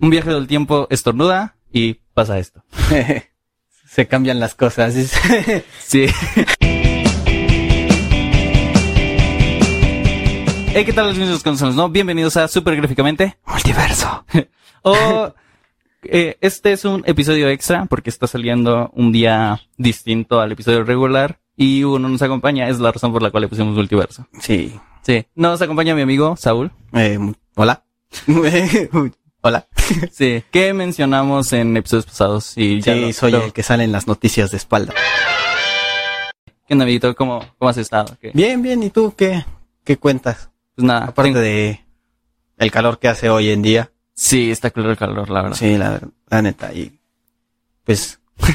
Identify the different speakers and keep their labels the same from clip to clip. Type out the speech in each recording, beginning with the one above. Speaker 1: un viaje del tiempo estornuda y pasa esto.
Speaker 2: Se cambian las cosas.
Speaker 1: sí. Hey, ¿qué tal los mismos consoles, no? Bienvenidos a Super Gráficamente Multiverso. o eh, este es un episodio extra porque está saliendo un día distinto al episodio regular y uno nos acompaña, es la razón por la cual le pusimos multiverso.
Speaker 2: Sí.
Speaker 1: Sí, nos acompaña mi amigo Saúl.
Speaker 2: Eh, hola. hola.
Speaker 1: Sí, que mencionamos en episodios pasados y ya
Speaker 2: Sí,
Speaker 1: lo-
Speaker 2: soy
Speaker 1: lo-
Speaker 2: el que sale en las noticias de espalda.
Speaker 1: ¿Qué onda, amiguito? ¿Cómo, cómo has estado? ¿Qué?
Speaker 2: Bien, bien. ¿Y tú qué, qué cuentas?
Speaker 1: Pues nada.
Speaker 2: Aparte
Speaker 1: tengo-
Speaker 2: de el calor que hace hoy en día.
Speaker 1: Sí, está claro el calor, la verdad.
Speaker 2: Sí, la, la neta. Y pues,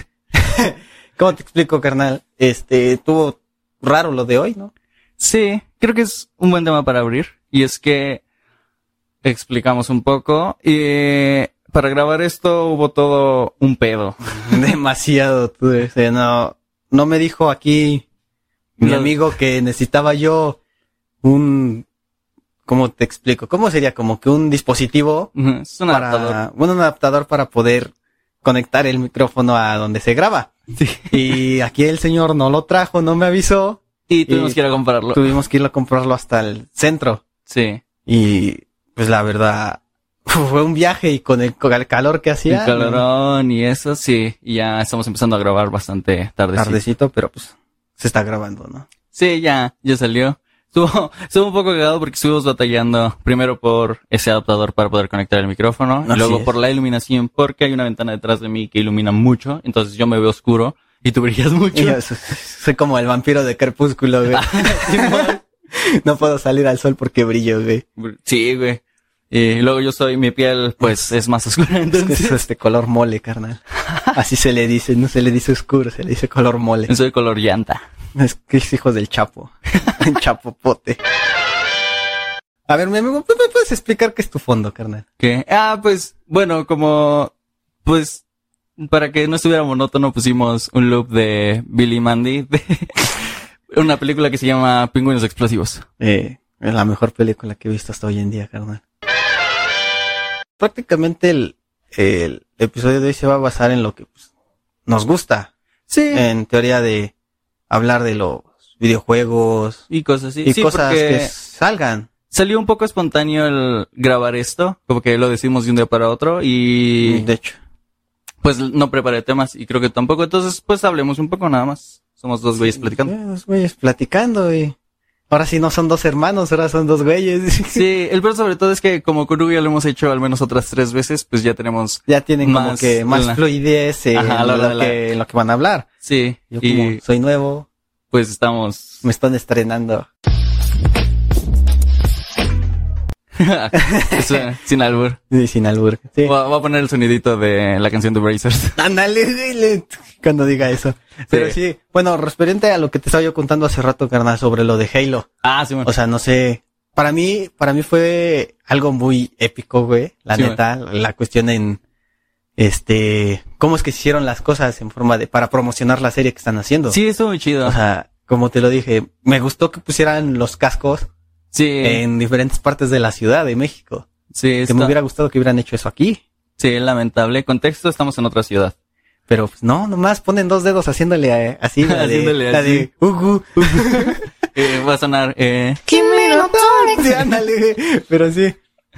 Speaker 2: ¿cómo te explico, carnal? Este, tuvo raro lo de hoy, ¿no?
Speaker 1: Sí, creo que es un buen tema para abrir. Y es que explicamos un poco. eh, para grabar esto hubo todo un pedo.
Speaker 2: Demasiado, tú. o sea, no, no me dijo aquí mi
Speaker 1: No.
Speaker 2: amigo que necesitaba yo un, ¿cómo te explico? ¿Cómo sería? Como que un dispositivo
Speaker 1: Ujú, Es un
Speaker 2: para,
Speaker 1: adaptador.
Speaker 2: bueno, un adaptador para poder conectar el micrófono a donde se graba.
Speaker 1: Sí.
Speaker 2: Y aquí el señor no lo trajo, no me avisó.
Speaker 1: Y tuvimos
Speaker 2: y-
Speaker 1: que ir a comprarlo.
Speaker 2: Tuvimos que ir a comprarlo hasta el centro.
Speaker 1: Sí.
Speaker 2: Y pues la verdad, fue un viaje y con el, con el calor que hacía.
Speaker 1: el calorón y eso, sí. Y ya estamos empezando a grabar bastante tarde.
Speaker 2: Tardecito, pero pues se está grabando, ¿no?
Speaker 1: Sí, ya, ya salió. Estuvo, estuvo un poco cagado porque estuvimos batallando primero por ese adaptador para poder conectar el micrófono, y
Speaker 2: Así
Speaker 1: luego
Speaker 2: es.
Speaker 1: por la iluminación porque hay una ventana detrás de mí que ilumina mucho, entonces yo me veo oscuro y tú brillas mucho.
Speaker 2: Y yo Ah. so- soy como el vampiro de crepúsculo, güey. no puedo salir al sol porque brillo, güey.
Speaker 1: Sí, güey. Y luego yo soy, mi piel pues es más oscura,
Speaker 2: Es que
Speaker 1: entonces
Speaker 2: es este color mole, carnal. Así se le dice, no se le dice oscuro, se le dice color mole.
Speaker 1: soy color llanta.
Speaker 2: Es que es hijos del Chapo. El Chapopote. A ver, mi amigo, ¿tú me puedes explicar qué es tu fondo, carnal?
Speaker 1: ¿Qué? Ah, pues, bueno, como, pues, para que no estuviera monótono pusimos un loop de Billy Mandy de una película que se llama Pingüinos Explosivos.
Speaker 2: Eh, es la mejor película que he visto hasta hoy en día, carnal. Prácticamente el, el episodio de hoy se va a basar en lo que pues, nos gusta.
Speaker 1: Sí.
Speaker 2: En teoría de hablar de los videojuegos
Speaker 1: Y cosas así.
Speaker 2: y
Speaker 1: sí,
Speaker 2: cosas
Speaker 1: porque
Speaker 2: que salgan.
Speaker 1: salió un poco espontáneo el grabar esto, como que lo decimos de un día para otro y
Speaker 2: De hecho,
Speaker 1: pues no preparé temas y creo que tampoco, entonces pues hablemos un poco nada más. Somos dos güeyes platicando.
Speaker 2: Eh, Los güeyes platicando y ahora sí no son dos hermanos, ahora son dos güeyes.
Speaker 1: Sí, el problema sobre todo es que como Kuru ya lo hemos hecho al menos otras tres veces, pues ya tenemos,
Speaker 2: ya tienen como
Speaker 1: Más
Speaker 2: que más
Speaker 1: la-
Speaker 2: fluidez eh,
Speaker 1: Ajá,
Speaker 2: en,
Speaker 1: la-
Speaker 2: lo
Speaker 1: la- la-
Speaker 2: que, en lo que van a hablar.
Speaker 1: sí,
Speaker 2: Yo
Speaker 1: y
Speaker 2: como soy nuevo,
Speaker 1: pues estamos...
Speaker 2: me están estrenando.
Speaker 1: Eso, sin albur.
Speaker 2: Sí, sin albur. Sí.
Speaker 1: Voy a, voy a poner el sonidito de la canción de Brazers.
Speaker 2: Ándale, dile, cuando diga eso. Pero sí, bueno, referente a lo que te estaba yo contando hace rato, carnal, sobre lo de Halo.
Speaker 1: Ah, sí, bueno.
Speaker 2: O sea, no sé. Para mí, para mí fue algo muy épico, güey. La
Speaker 1: Sí,
Speaker 2: neta, la cuestión en este, cómo es que se hicieron las cosas en forma de, para promocionar la serie que están haciendo.
Speaker 1: Sí, estuvo muy chido.
Speaker 2: O sea, como te lo dije, me gustó que pusieran los cascos
Speaker 1: Sí,
Speaker 2: en diferentes partes de la Ciudad de México.
Speaker 1: sí,
Speaker 2: Que me
Speaker 1: está-
Speaker 2: hubiera gustado que hubieran hecho eso aquí.
Speaker 1: sí, lamentable. Contexto, estamos en otra ciudad.
Speaker 2: Pero pues, no, nomás ponen dos dedos haciéndole eh, así. La de,
Speaker 1: Haciéndole
Speaker 2: la
Speaker 1: así.
Speaker 2: de, ugu,
Speaker 1: Eh, va a sonar, eh,
Speaker 2: ugu. Sí, ándale, güey. Pero sí.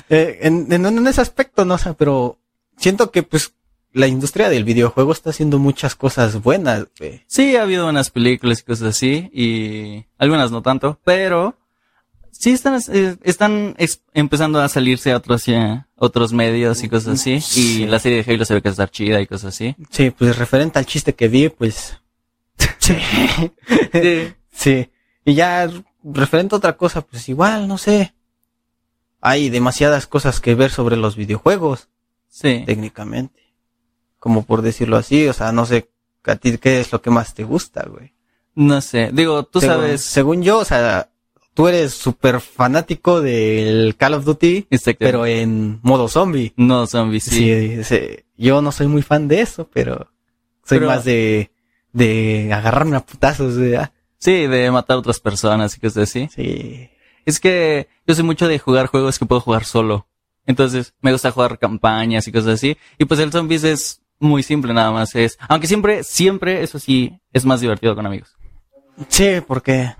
Speaker 2: Eh, en, en, en ese aspecto, no, o sea, pero siento que pues la industria del videojuego está haciendo muchas cosas buenas, güey.
Speaker 1: sí, ha habido unas películas y cosas así, y algunas no tanto, pero sí están, eh, están ex- empezando a salirse a otros, eh, otros medios y cosas así, y
Speaker 2: Mm, Sí.
Speaker 1: la serie de Halo se ve que va a estar chida y cosas así.
Speaker 2: Sí, pues referente al chiste que vi, pues. Sí.
Speaker 1: Sí.
Speaker 2: Sí. Y ya referente a otra cosa, pues igual, no sé. Hay demasiadas cosas que ver sobre los videojuegos,
Speaker 1: sí.
Speaker 2: técnicamente. Como por decirlo así, o sea, no sé a ti qué es lo que más te gusta, güey.
Speaker 1: No sé, digo, tú
Speaker 2: Según-
Speaker 1: sabes,
Speaker 2: Según yo, o sea, tú eres súper fanático del Call of Duty,
Speaker 1: este,
Speaker 2: pero en modo zombie.
Speaker 1: no zombies, sí.
Speaker 2: Sí, ese- yo no soy muy fan de eso, pero soy
Speaker 1: Pero-
Speaker 2: más de, de agarrarme a putazos, güey. ah,
Speaker 1: Sí, de matar a otras personas y cosas así.
Speaker 2: Sí.
Speaker 1: Es que yo soy mucho de jugar juegos que puedo jugar solo. Entonces, me gusta jugar campañas y cosas así. Y pues el zombies es muy simple nada más. Es, aunque siempre, siempre, eso sí, es más divertido con amigos.
Speaker 2: Sí, porque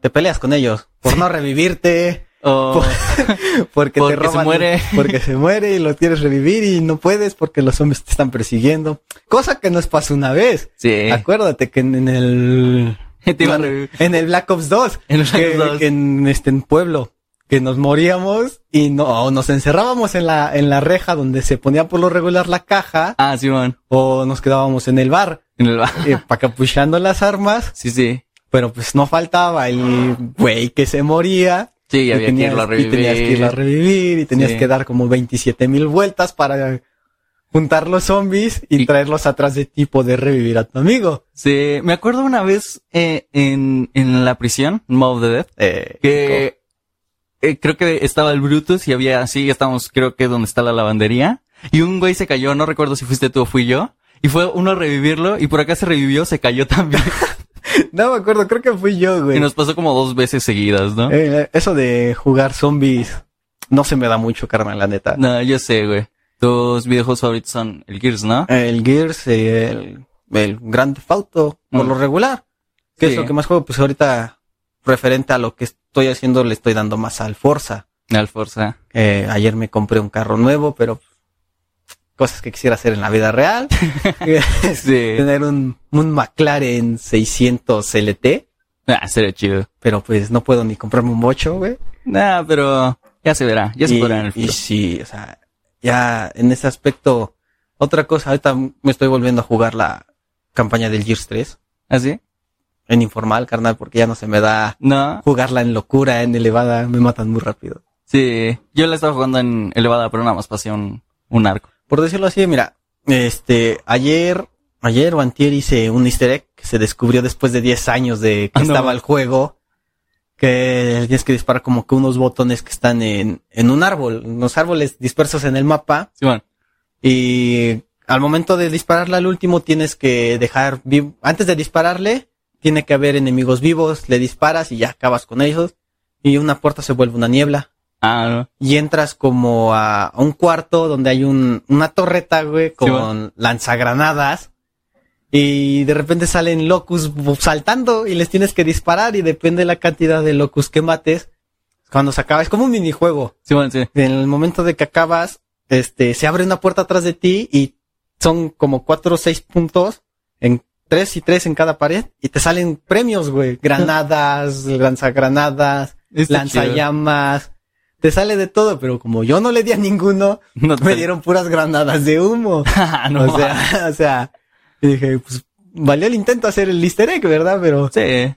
Speaker 2: te peleas con ellos por no revivirte.
Speaker 1: O,
Speaker 2: Por- porque,
Speaker 1: Porque
Speaker 2: te roban,
Speaker 1: se muere.
Speaker 2: Porque se muere y lo quieres revivir y no puedes porque los zombies te están persiguiendo. Cosa que nos pasó una vez.
Speaker 1: sí.
Speaker 2: Acuérdate que en, en el...
Speaker 1: Te iba a revivir.
Speaker 2: en el Black Ops 2.
Speaker 1: En el Black
Speaker 2: que-
Speaker 1: Ops 2.
Speaker 2: que en este en pueblo. Que nos moríamos y no, o nos encerrábamos en la, en la reja donde se ponía por lo regular la caja
Speaker 1: Ah, Simón.
Speaker 2: o nos quedábamos en el bar,
Speaker 1: En el ba-
Speaker 2: eh, pacapuchando las armas,
Speaker 1: Sí, sí.
Speaker 2: pero pues no faltaba el güey que se moría
Speaker 1: Sí, había que irlo a
Speaker 2: y tenías que irlo a
Speaker 1: revivir.
Speaker 2: revivir y tenías
Speaker 1: Sí.
Speaker 2: que dar como 27 mil vueltas para juntar los zombies y,
Speaker 1: Y-
Speaker 2: traerlos atrás de ti y poder revivir a tu amigo.
Speaker 1: Sí, me acuerdo una vez eh, en, en la prisión, en Mob the Dead,
Speaker 2: Eh,
Speaker 1: que eh, creo que estaba el Brutus y había así, estábamos creo que donde está la lavandería y un güey se cayó, no recuerdo si fuiste tú o fui yo. Y fue uno a revivirlo y por acá se revivió, se cayó también.
Speaker 2: no me acuerdo, creo que fui yo, güey.
Speaker 1: y nos pasó como dos veces seguidas, ¿no?
Speaker 2: Eh, eso de jugar zombies no se me da mucho, carnal, la neta.
Speaker 1: No, yo sé, güey. Tus videojuegos favoritos son el Gears, ¿no?
Speaker 2: El Gears, eh, el, el Grand Theft Auto, por
Speaker 1: Mm.
Speaker 2: lo regular. que es
Speaker 1: Sí.
Speaker 2: lo que más juego? Pues ahorita, referente a lo que estoy haciendo, le estoy dando más al Forza.
Speaker 1: Al Forza.
Speaker 2: Eh, ayer me compré un carro nuevo, pero cosas que quisiera hacer en la vida real.
Speaker 1: Sí.
Speaker 2: Tener un, un McLaren 600 LT,
Speaker 1: Ah, será chido.
Speaker 2: pero pues no puedo ni comprarme un bocho, güey.
Speaker 1: Nah, pero ya se verá, ya se
Speaker 2: y,
Speaker 1: podrá en el
Speaker 2: y
Speaker 1: futuro.
Speaker 2: sí, o sea, ya en ese aspecto, otra cosa, ahorita me estoy volviendo a jugar la campaña del Gears 3
Speaker 1: ¿Ah, sí?
Speaker 2: en informal, carnal, porque ya no se me da
Speaker 1: No,
Speaker 2: jugarla en locura, en elevada, me matan muy rápido.
Speaker 1: sí. Yo la estaba jugando en elevada, pero nada más pasé un, un arco.
Speaker 2: Por decirlo así, mira, este, ayer, ayer o antier hice un easter egg que se descubrió después de 10 años de
Speaker 1: Ah,
Speaker 2: que
Speaker 1: no.
Speaker 2: estaba el juego, que tienes que disparar como que unos botones que están en, en un árbol, unos árboles dispersos en el mapa,
Speaker 1: Sí, bueno.
Speaker 2: y al momento de dispararle al último tienes que dejar, vi- antes de dispararle, tiene que haber enemigos vivos, le disparas y ya acabas con ellos, y una puerta se vuelve una niebla
Speaker 1: Ah, no.
Speaker 2: y entras como a, a un cuarto donde hay un, una torreta, güey, con
Speaker 1: bueno.
Speaker 2: lanzagranadas. Y de repente salen locus bu- saltando y les tienes que disparar y depende la cantidad de locus que mates. Cuando se acaba, es como un minijuego.
Speaker 1: Sí, bueno, sí.
Speaker 2: En el momento de que acabas, este, se abre una puerta atrás de ti y son como cuatro o seis puntos en tres y tres en cada pared y te salen premios, güey. Granadas, lanzagranadas,
Speaker 1: Está chido.
Speaker 2: lanzallamas, te sale de todo, pero como yo no le di a ninguno,
Speaker 1: No te-
Speaker 2: me dieron puras granadas de humo.
Speaker 1: Ah, no.
Speaker 2: o sea, o sea, y dije, pues valió el intento hacer el easter egg, ¿verdad? Pero
Speaker 1: Sí.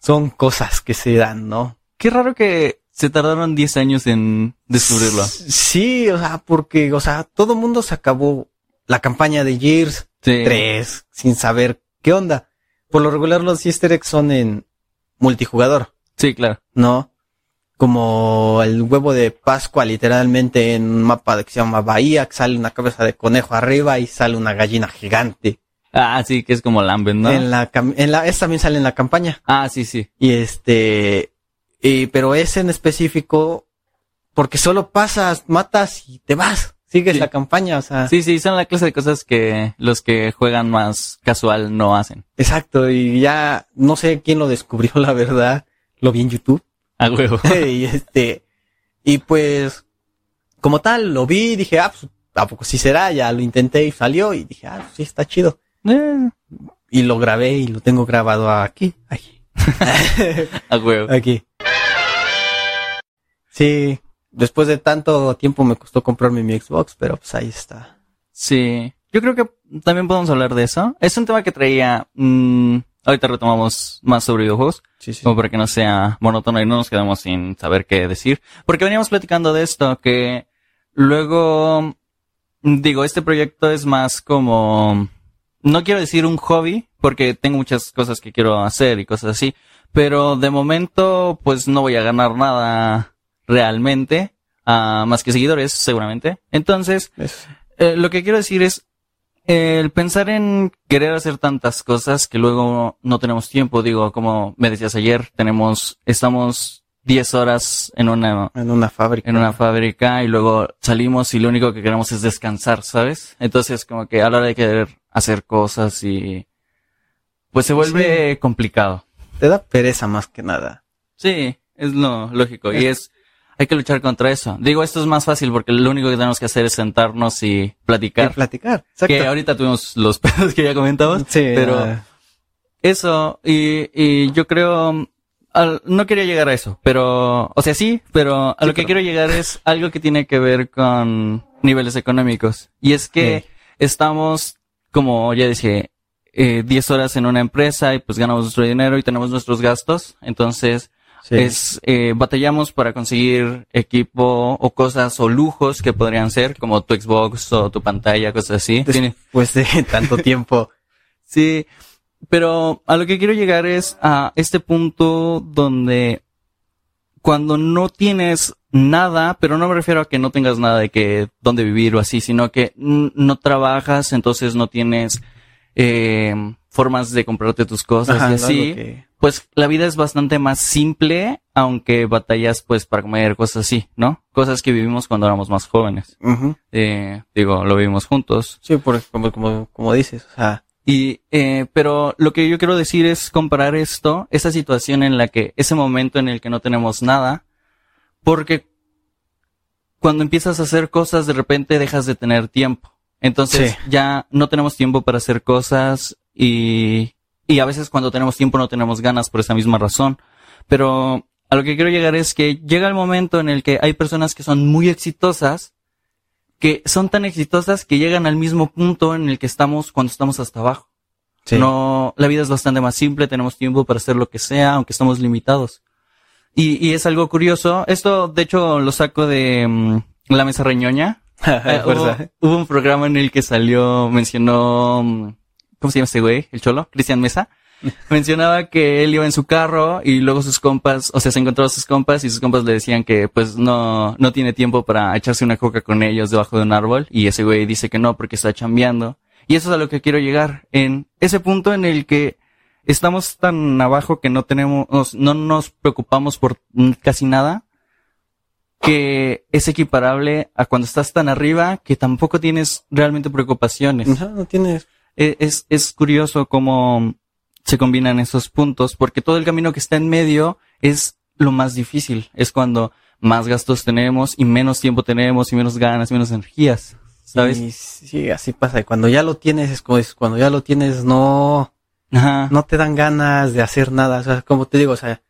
Speaker 2: son cosas que se dan, ¿no?
Speaker 1: Qué raro que se tardaron 10 años en descubrirlo.
Speaker 2: Sí, o sea, porque, o sea, todo mundo se acabó la campaña de Gears
Speaker 1: Sí.
Speaker 2: 3 sin saber qué onda. Por lo regular los easter eggs son en multijugador.
Speaker 1: Sí, claro.
Speaker 2: ¿no? Como el huevo de Pascua, literalmente en un mapa que se llama Bahía, que sale una cabeza de conejo arriba y sale una gallina gigante.
Speaker 1: Ah, sí, que es como Lambent, ¿no?
Speaker 2: En la, cam- en la, esa también sale en la campaña.
Speaker 1: Ah, sí, sí.
Speaker 2: Y este, y- pero ese en específico, porque solo pasas, matas y te vas. Sigues
Speaker 1: Sí.
Speaker 2: la campaña, o sea.
Speaker 1: Sí, sí, son la clase de cosas que los que juegan más casual no hacen.
Speaker 2: Exacto, y ya no sé quién lo descubrió, la verdad. Lo vi en YouTube.
Speaker 1: A huevo.
Speaker 2: y este, y pues, como tal, lo vi y dije, ah, pues, ¿a poco sí será? Ya lo intenté y salió y dije, ah, sí, está chido.
Speaker 1: Eh,
Speaker 2: Y lo grabé y lo tengo grabado aquí, aquí,
Speaker 1: A huevo.
Speaker 2: aquí. Sí, después de tanto tiempo me costó comprarme mi Xbox, pero pues ahí está.
Speaker 1: Sí. Yo creo que también podemos hablar de eso. Es un tema que traía... mm, ahorita retomamos más sobre videojuegos,
Speaker 2: Sí, sí.
Speaker 1: como para que no sea monótono y no nos quedamos sin saber qué decir. Porque veníamos platicando de esto, que luego... mm, Digo, este proyecto es más como... No quiero decir un hobby, porque tengo muchas cosas que quiero hacer y cosas así. Pero de momento, pues no voy a ganar nada realmente. ah, más que seguidores, seguramente. Entonces,
Speaker 2: Es-
Speaker 1: eh, lo que quiero decir es eh, el pensar en querer hacer tantas cosas que luego no tenemos tiempo. Digo, como me decías ayer, tenemos, estamos 10 horas en una,
Speaker 2: En una fábrica.
Speaker 1: en una fábrica y luego salimos y lo único que queremos es descansar, ¿sabes? Entonces como que a la hora de querer hacer cosas y pues se vuelve complicado.
Speaker 2: Te da pereza más que nada.
Speaker 1: Sí, es lo lógico y es hay que luchar contra eso. Digo, esto es más fácil porque lo único que tenemos que hacer es sentarnos y
Speaker 2: Que
Speaker 1: platicar.
Speaker 2: platicar.
Speaker 1: Que ahorita tuvimos los pedos que ya comentabas,
Speaker 2: Sí,
Speaker 1: pero
Speaker 2: ah,
Speaker 1: Eso, y, y yo creo, mm, al- no quería llegar a eso, pero, o sea, sí, pero a
Speaker 2: Sí,
Speaker 1: lo que
Speaker 2: pero-
Speaker 1: quiero llegar es algo que tiene que ver con niveles económicos. Y es que
Speaker 2: Sí.
Speaker 1: estamos, como ya dije, eh, 10 horas en una empresa y pues ganamos nuestro dinero y tenemos nuestros gastos. Entonces,
Speaker 2: sí.
Speaker 1: es, eh, batallamos para conseguir equipo o cosas o lujos que podrían ser, como tu Xbox o tu pantalla, cosas así.
Speaker 2: Des-
Speaker 1: Tiene-
Speaker 2: Pues de tanto tiempo.
Speaker 1: Sí, pero a lo que quiero llegar es a este punto donde cuando no tienes nada, pero no me refiero a que no tengas nada de que dónde vivir o así, sino que n- no trabajas, entonces no tienes eh, formas de comprarte tus cosas
Speaker 2: Ajá,
Speaker 1: y
Speaker 2: no,
Speaker 1: así.
Speaker 2: algo que-
Speaker 1: Pues la vida es bastante más simple, aunque batallas pues para comer cosas así, ¿no? Cosas que vivimos cuando éramos más jóvenes.
Speaker 2: Ujú.
Speaker 1: Eh, digo, lo vivimos juntos.
Speaker 2: Sí, por, como, como, como dices, o sea,
Speaker 1: Y, eh, pero lo que yo quiero decir es comparar esto, esa situación en la que, ese momento en el que no tenemos nada, porque cuando empiezas a hacer cosas, de repente dejas de tener tiempo. Entonces
Speaker 2: Sí.
Speaker 1: ya no tenemos tiempo para hacer cosas y, y a veces cuando tenemos tiempo no tenemos ganas por esa misma razón. Pero a lo que quiero llegar es que llega el momento en el que hay personas que son muy exitosas que son tan exitosas que llegan al mismo punto en el que estamos cuando estamos hasta abajo.
Speaker 2: sí.
Speaker 1: No, la vida es bastante más simple, tenemos tiempo para hacer lo que sea, aunque estamos limitados. Y, y es algo curioso. Esto, de hecho, lo saco de mm, La Mesa Reñoña.
Speaker 2: Ajá,
Speaker 1: Eh,
Speaker 2: Ah, fuerza.
Speaker 1: hubo, hubo un programa en el que salió, mencionó, mm, ¿cómo se llama este güey? El cholo, Cristian Mesa. Mencionaba que él iba en su carro y luego sus compas, o sea, se encontró a sus compas y sus compas le decían que pues no, no tiene tiempo para echarse una coca con ellos debajo de un árbol y ese güey dice que no porque está chambeando. Y eso es a lo que quiero llegar, en ese punto en el que estamos tan abajo que no tenemos, no nos preocupamos por mm, casi nada, que es equiparable a cuando estás tan arriba que tampoco tienes realmente preocupaciones.
Speaker 2: Ajá, no tienes.
Speaker 1: E- Es, es curioso cómo se combinan esos puntos, porque todo el camino que está en medio es lo más difícil, es cuando más gastos tenemos y menos tiempo tenemos y menos ganas, menos energías, ¿sabes?
Speaker 2: Y sí, así pasa. Y cuando ya lo tienes, es como dices, cuando ya lo tienes, no,
Speaker 1: Ajá.
Speaker 2: no te dan ganas de hacer nada. O sea, como te digo, o sea,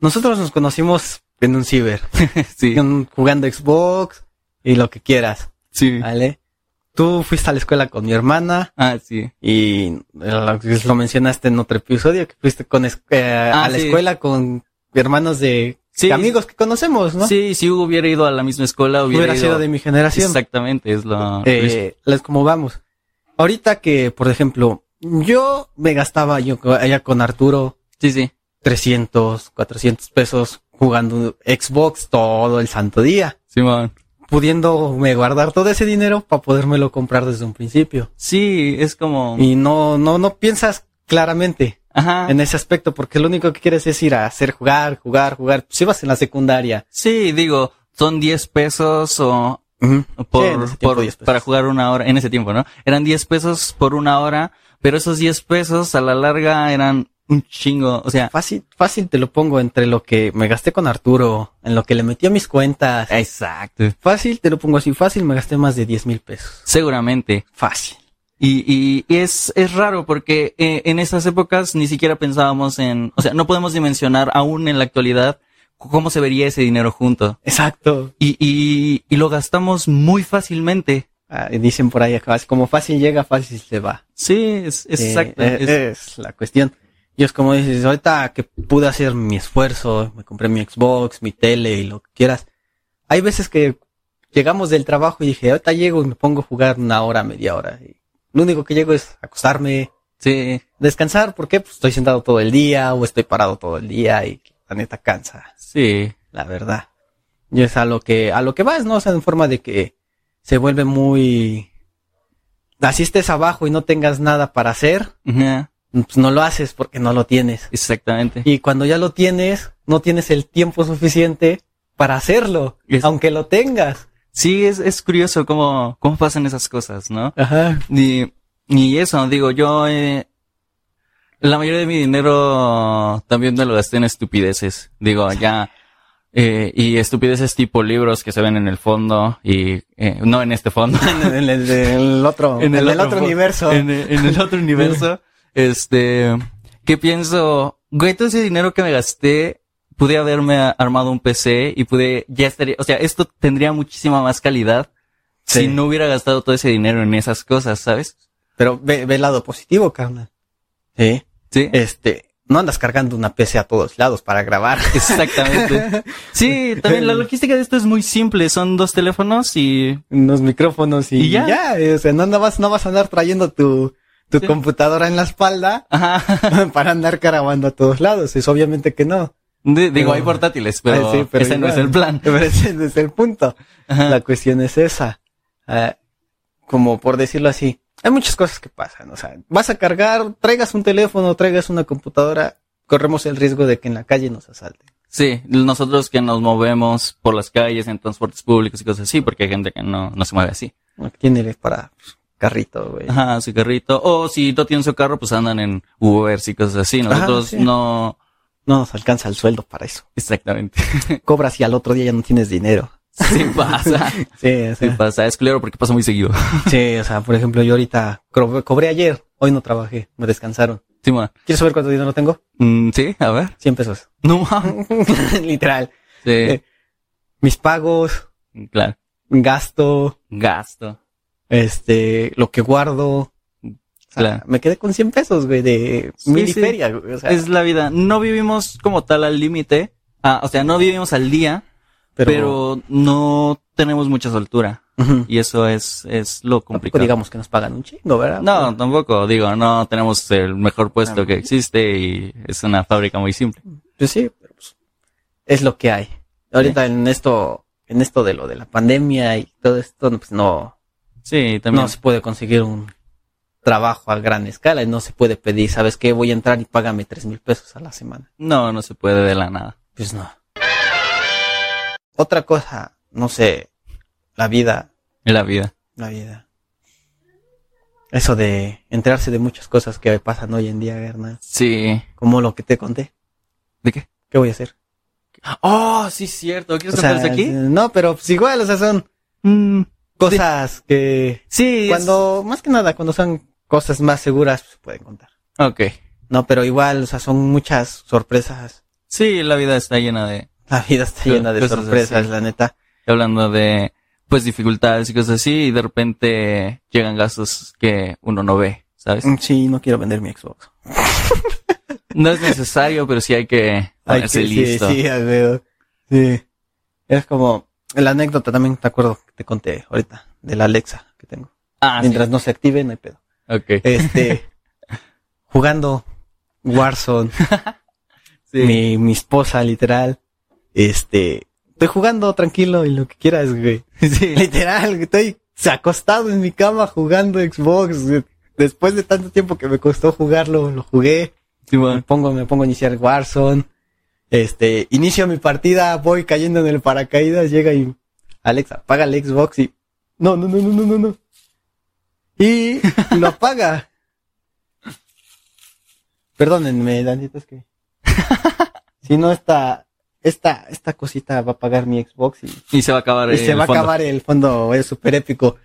Speaker 2: nosotros nos conocimos en un ciber,
Speaker 1: sí,
Speaker 2: en- jugando Xbox y lo que quieras,
Speaker 1: sí.
Speaker 2: ¿vale? Tú fuiste a la escuela con mi hermana
Speaker 1: Ah, sí.
Speaker 2: y lo, lo mencionaste en otro episodio, que fuiste con, es- eh,
Speaker 1: Ah,
Speaker 2: a la
Speaker 1: sí.
Speaker 2: escuela con hermanos de
Speaker 1: Sí.
Speaker 2: amigos que conocemos, ¿no?
Speaker 1: Sí, si Hugo hubiera ido a la misma escuela, hubiera,
Speaker 2: Hubiera
Speaker 1: ido-
Speaker 2: sido de mi generación.
Speaker 1: Exactamente, es lo...
Speaker 2: eh, las como vamos. Ahorita que, por ejemplo, yo me gastaba yo co- allá con Arturo
Speaker 1: sí, sí.
Speaker 2: 300, 400 pesos jugando Xbox todo el santo día,
Speaker 1: Simón.
Speaker 2: pudiéndome guardar todo ese dinero para podérmelo comprar desde un principio.
Speaker 1: Sí, es como...
Speaker 2: Y no, no, no piensas claramente
Speaker 1: Ajá.
Speaker 2: en ese aspecto porque lo único que quieres es ir a hacer jugar, jugar, jugar. Si vas en la secundaria.
Speaker 1: Sí, digo, son 10 pesos o
Speaker 2: Sí, en
Speaker 1: por,
Speaker 2: ese tiempo,
Speaker 1: por-
Speaker 2: 10 pesos.
Speaker 1: para jugar una hora, en ese tiempo, ¿no? Eran 10 pesos por una hora, pero esos 10 pesos a la larga eran un chingo, o sea,
Speaker 2: Fácil, fácil te lo pongo entre lo que me gasté con Arturo, en lo que le metí a mis cuentas,
Speaker 1: exacto,
Speaker 2: Fácil, te lo pongo así, fácil, me gasté más de 10 mil pesos.
Speaker 1: seguramente.
Speaker 2: Fácil.
Speaker 1: Y, y, y es, es raro porque eh, en esas épocas ni siquiera pensábamos en, o sea, no podemos dimensionar aún en la actualidad cómo se vería ese dinero junto.
Speaker 2: Exacto.
Speaker 1: Y, y, y lo gastamos muy fácilmente.
Speaker 2: Ah, y dicen por ahí, acá, es como fácil llega, fácil se va.
Speaker 1: Sí, es, es
Speaker 2: Eh,
Speaker 1: exacto.
Speaker 2: eh,
Speaker 1: es-
Speaker 2: es, la cuestión. Y es como dices, ahorita que pude hacer mi esfuerzo, me compré mi Xbox, mi tele y lo que quieras. Hay veces que llegamos del trabajo y dije, ahorita llego y me pongo a jugar una hora, media hora. Y lo único que llego es acostarme,
Speaker 1: sí.
Speaker 2: descansar, porque pues, estoy sentado todo el día o estoy parado todo el día y la neta cansa.
Speaker 1: Sí,
Speaker 2: la verdad. Y es a lo que, a lo que vas, ¿no? O sea, en forma de que se vuelve muy. Así estés abajo y no tengas nada para hacer,
Speaker 1: Ajá,
Speaker 2: pues no lo haces porque no lo tienes.
Speaker 1: exactamente.
Speaker 2: Y cuando ya lo tienes, no tienes el tiempo suficiente para hacerlo,
Speaker 1: Es-
Speaker 2: aunque lo tengas.
Speaker 1: Sí, es, es curioso cómo, cómo pasan esas cosas, ¿no?
Speaker 2: Ajá.
Speaker 1: Y, y eso, digo, yo... eh, la mayoría de mi dinero también me lo gasté en estupideces. Digo, ya... eh, y estupideces tipo libros que se ven en el fondo y... eh, no en este fondo.
Speaker 2: En el, en el otro, en el, otro,
Speaker 1: fo-
Speaker 2: universo.
Speaker 1: En el, en el otro universo. este... Que pienso... Güey, todo ese dinero que me gasté... Pude haberme a- armado un PC y pude... Ya estaría... O sea, esto tendría muchísima más calidad
Speaker 2: Sí.
Speaker 1: si no hubiera gastado todo ese dinero en esas cosas, ¿sabes?
Speaker 2: Pero ve, ve el lado positivo, carnal. Sí.
Speaker 1: Sí.
Speaker 2: Este, no andas cargando una PC a todos lados para grabar.
Speaker 1: Exactamente. Sí, también la logística de esto es muy simple. Son dos teléfonos y...
Speaker 2: Unos micrófonos y,
Speaker 1: Y ya.
Speaker 2: ya. eh, O sea, no, no, vas, no vas a andar trayendo tu, tu
Speaker 1: Sí.
Speaker 2: computadora en la espalda
Speaker 1: Ajá.
Speaker 2: para andar caravando a todos lados. Es obviamente que no.
Speaker 1: De- digo,
Speaker 2: Pero-
Speaker 1: hay portátiles, pero,
Speaker 2: Ah, sí, pero
Speaker 1: ese no
Speaker 2: igual.
Speaker 1: es el plan.
Speaker 2: Pero ese no es el punto.
Speaker 1: Ajá.
Speaker 2: La cuestión es esa. Ah, como por decirlo así, hay muchas cosas que pasan. O sea, vas a cargar, traigas un teléfono, traigas una computadora, corremos el riesgo de que en la calle nos asalten.
Speaker 1: Sí, nosotros que nos movemos por las calles en transportes públicos y cosas así, porque hay gente que no, no se mueve así.
Speaker 2: No tiene para pues, carrito, güey.
Speaker 1: Ajá, su carrito. O si no tienen su carro, pues andan en Uber y cosas así. Nosotros
Speaker 2: Ah, sí.
Speaker 1: no...
Speaker 2: No nos alcanza el sueldo para eso.
Speaker 1: Exactamente.
Speaker 2: Cobras y al otro día ya no tienes dinero.
Speaker 1: Sí pasa.
Speaker 2: Sí, o
Speaker 1: Sí
Speaker 2: sea,
Speaker 1: pasa. Es culero porque pasa muy seguido.
Speaker 2: sí, o sea, por ejemplo, yo ahorita cro- cobré ayer, hoy no trabajé, me descansaron.
Speaker 1: Sí, ma.
Speaker 2: ¿Quieres saber cuánto dinero tengo?
Speaker 1: Mm, sí, a ver.
Speaker 2: 100 pesos.
Speaker 1: No, ma.
Speaker 2: Literal. Eh,
Speaker 1: Sí,
Speaker 2: Mis pagos,
Speaker 1: claro.
Speaker 2: gasto,
Speaker 1: Gasto.
Speaker 2: este, lo que guardo. O sea,
Speaker 1: Claro.
Speaker 2: Me quedé con 100 pesos, güey, de
Speaker 1: Sí,
Speaker 2: mil y
Speaker 1: sí.
Speaker 2: feria, güey. O sea,
Speaker 1: es la vida. No vivimos como tal al límite. Ah, o sea, no vivimos al día, pero, no tenemos mucha soltura.
Speaker 2: Ujú.
Speaker 1: Y eso es, es lo
Speaker 2: Tampoco
Speaker 1: complicado.
Speaker 2: digamos que nos pagan un chingo, ¿verdad?
Speaker 1: No, tampoco. Digo, no tenemos el mejor puesto
Speaker 2: Ah.
Speaker 1: que existe y es una fábrica muy simple.
Speaker 2: Pues sí, pero pues, es lo que hay. Ahorita en esto, en esto de lo de la pandemia y todo esto, no, pues no,
Speaker 1: Sí, también.
Speaker 2: no se puede conseguir un trabajo a gran escala y no se puede pedir, ¿sabes qué? Voy a entrar y págame tres mil pesos a la semana.
Speaker 1: No, no se puede de la nada.
Speaker 2: Pues no. Otra cosa, no sé, la vida,
Speaker 1: En la vida.
Speaker 2: la vida. Eso de enterarse de muchas cosas que pasan hoy en día, Hernán.
Speaker 1: Sí.
Speaker 2: Como lo que te conté.
Speaker 1: ¿De qué?
Speaker 2: ¿Qué voy a hacer?
Speaker 1: Oh, sí, cierto. ¿Quieres
Speaker 2: O sea,
Speaker 1: contarles aquí?
Speaker 2: No, pero pues igual, o sea, son
Speaker 1: Mm,
Speaker 2: cosas que
Speaker 1: sí. es-
Speaker 2: cuando más que nada cuando son cosas más seguras pues, se pueden contar
Speaker 1: Ok.
Speaker 2: no pero igual o sea son muchas sorpresas
Speaker 1: Sí, la vida está llena de,
Speaker 2: la vida está
Speaker 1: Sí,
Speaker 2: llena de
Speaker 1: cosas
Speaker 2: sorpresas
Speaker 1: así.
Speaker 2: la neta
Speaker 1: hablando de pues dificultades y cosas así y de repente llegan gastos que uno no ve, ¿sabes?
Speaker 2: Mm, sí no quiero vender mi Xbox
Speaker 1: No es necesario, pero sí hay que
Speaker 2: Ay,
Speaker 1: ponerse
Speaker 2: que-
Speaker 1: listo.
Speaker 2: sí sí, a huevo. sí es como la anécdota también te acuerdo que te conté ahorita de la Alexa que tengo
Speaker 1: Ah,
Speaker 2: mientras no se active no hay pedo
Speaker 1: sí. Ok.
Speaker 2: este jugando Warzone
Speaker 1: Sí.
Speaker 2: mi, mi esposa, literal. Este, estoy jugando tranquilo y lo que quieras, güey.
Speaker 1: Sí.
Speaker 2: Literal, estoy acostado en mi cama jugando Xbox. güey. Después de tanto tiempo que me costó jugarlo, lo jugué.
Speaker 1: Sí,
Speaker 2: Me
Speaker 1: bueno.
Speaker 2: pongo, me pongo a iniciar Warzone. Este, inicio mi partida, voy cayendo en el paracaídas, llega y Alexa, apaga el Xbox y no, no, no, no, no, no, no. Y lo apaga. Perdónenme, Danito, es que si no esta esta esta cosita va a apagar mi Xbox y
Speaker 1: Y se va a acabar
Speaker 2: y
Speaker 1: el
Speaker 2: se va
Speaker 1: fondo.
Speaker 2: a acabar el fondo, es súper épico.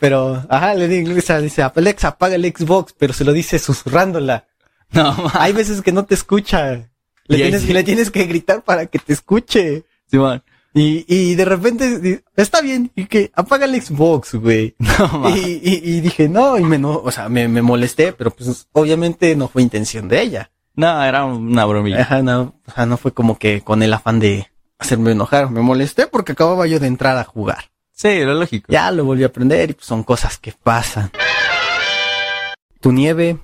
Speaker 2: Pero, ajá, le digo, Alexa, dice, Alexa, apaga el Xbox, pero se lo dice susurrándola.
Speaker 1: No, ma-
Speaker 2: Hay veces que no te escucha. Le,
Speaker 1: Y ahí
Speaker 2: tienes,
Speaker 1: sí.
Speaker 2: le tienes que gritar para que te escuche.
Speaker 1: sí, bueno.
Speaker 2: Y, y de repente, di- está bien, y que apaga el Xbox, güey.
Speaker 1: No, ma.
Speaker 2: Y, y- y dije, no, y me no, o sea, me, me molesté, pero pues obviamente no fue intención de ella.
Speaker 1: No, era una bromilla.
Speaker 2: Ajá, no, o sea, no fue como que con el afán de hacerme enojar. Me molesté porque acababa yo de entrar a jugar.
Speaker 1: Sí, lo lógico.
Speaker 2: Ya lo volví a aprender y pues son cosas que pasan. Tu nieve.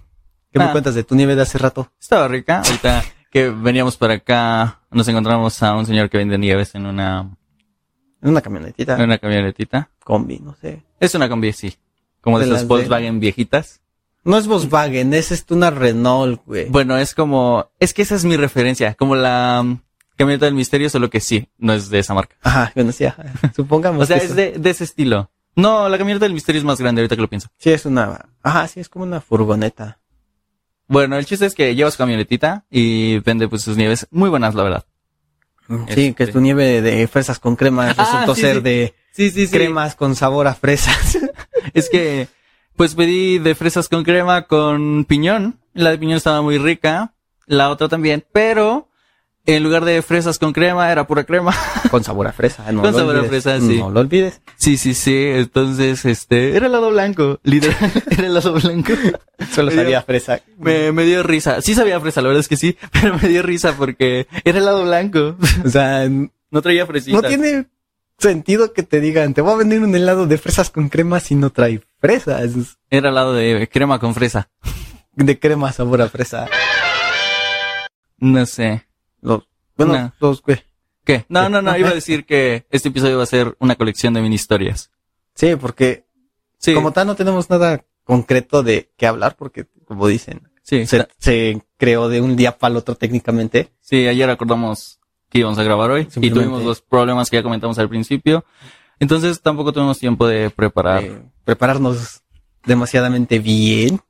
Speaker 2: ¿Qué
Speaker 1: Ah.
Speaker 2: me cuentas de tu nieve de hace rato?
Speaker 1: Estaba rica. Ahorita que veníamos para acá, nos encontramos a un señor que vende nieves en una,
Speaker 2: En una camionetita,
Speaker 1: en una camionetita.
Speaker 2: combi, no sé.
Speaker 1: Es una combi, sí. Como de,
Speaker 2: De
Speaker 1: esas
Speaker 2: las de-
Speaker 1: Volkswagen viejitas.
Speaker 2: No es Volkswagen, es, es una Renault, güey.
Speaker 1: Bueno, es como, es que esa es mi referencia, como la, mm, Camioneta del Misterio, solo que sí, no es de esa marca.
Speaker 2: Ajá, bueno, sí, ajá. supongamos.
Speaker 1: O sea,
Speaker 2: que
Speaker 1: es de, de ese estilo. No, la camioneta del Misterio es más grande ahorita que lo pienso.
Speaker 2: Sí, es una... Ajá, sí, es como una furgoneta.
Speaker 1: Bueno, el chiste es que lleva su camionetita y vende pues sus nieves muy buenas, la verdad.
Speaker 2: Sí,
Speaker 1: Este.
Speaker 2: que es tu nieve de fresas con crema
Speaker 1: Ah,
Speaker 2: resultó
Speaker 1: sí,
Speaker 2: ser
Speaker 1: sí.
Speaker 2: de
Speaker 1: Sí, sí,
Speaker 2: cremas con sabor a fresas.
Speaker 1: Es que, pues pedí de fresas con crema con piñón. La de piñón estaba muy rica. La otra también. Pero, en lugar de fresas con crema, era pura crema.
Speaker 2: con sabor a fresa, no
Speaker 1: Con
Speaker 2: lo
Speaker 1: sabor a
Speaker 2: olvides.
Speaker 1: fresa, sí.
Speaker 2: No lo olvides.
Speaker 1: Sí, sí, sí. Entonces, este, era helado blanco. Literal, era helado blanco.
Speaker 2: Solo
Speaker 1: Me dio-
Speaker 2: sabía a fresa.
Speaker 1: Me, me dio risa. Sí sabía fresa, la verdad es que sí. Pero me dio risa porque era helado blanco.
Speaker 2: O sea, n-
Speaker 1: No traía fresitas.
Speaker 2: no tiene sentido que te digan, te voy a vender un helado de fresas con crema si no trae fresas.
Speaker 1: Era helado de crema con fresa.
Speaker 2: De crema sabor a fresa.
Speaker 1: No sé.
Speaker 2: Los, bueno,
Speaker 1: No.
Speaker 2: los, güey.
Speaker 1: ¿Qué? No,
Speaker 2: ¿Qué?
Speaker 1: no, no. Iba a decir que este episodio va a ser una colección de mini historias.
Speaker 2: Sí, porque
Speaker 1: Sí.
Speaker 2: como tal no tenemos nada concreto de qué hablar porque, como dicen,
Speaker 1: sí.
Speaker 2: se, se creó de un día para el otro técnicamente.
Speaker 1: Sí, ayer acordamos que íbamos a grabar hoy y
Speaker 2: Simplemente.
Speaker 1: tuvimos los problemas que ya comentamos al principio. Entonces tampoco tuvimos tiempo de preparar.
Speaker 2: eh, prepararnos demasiadamente bien.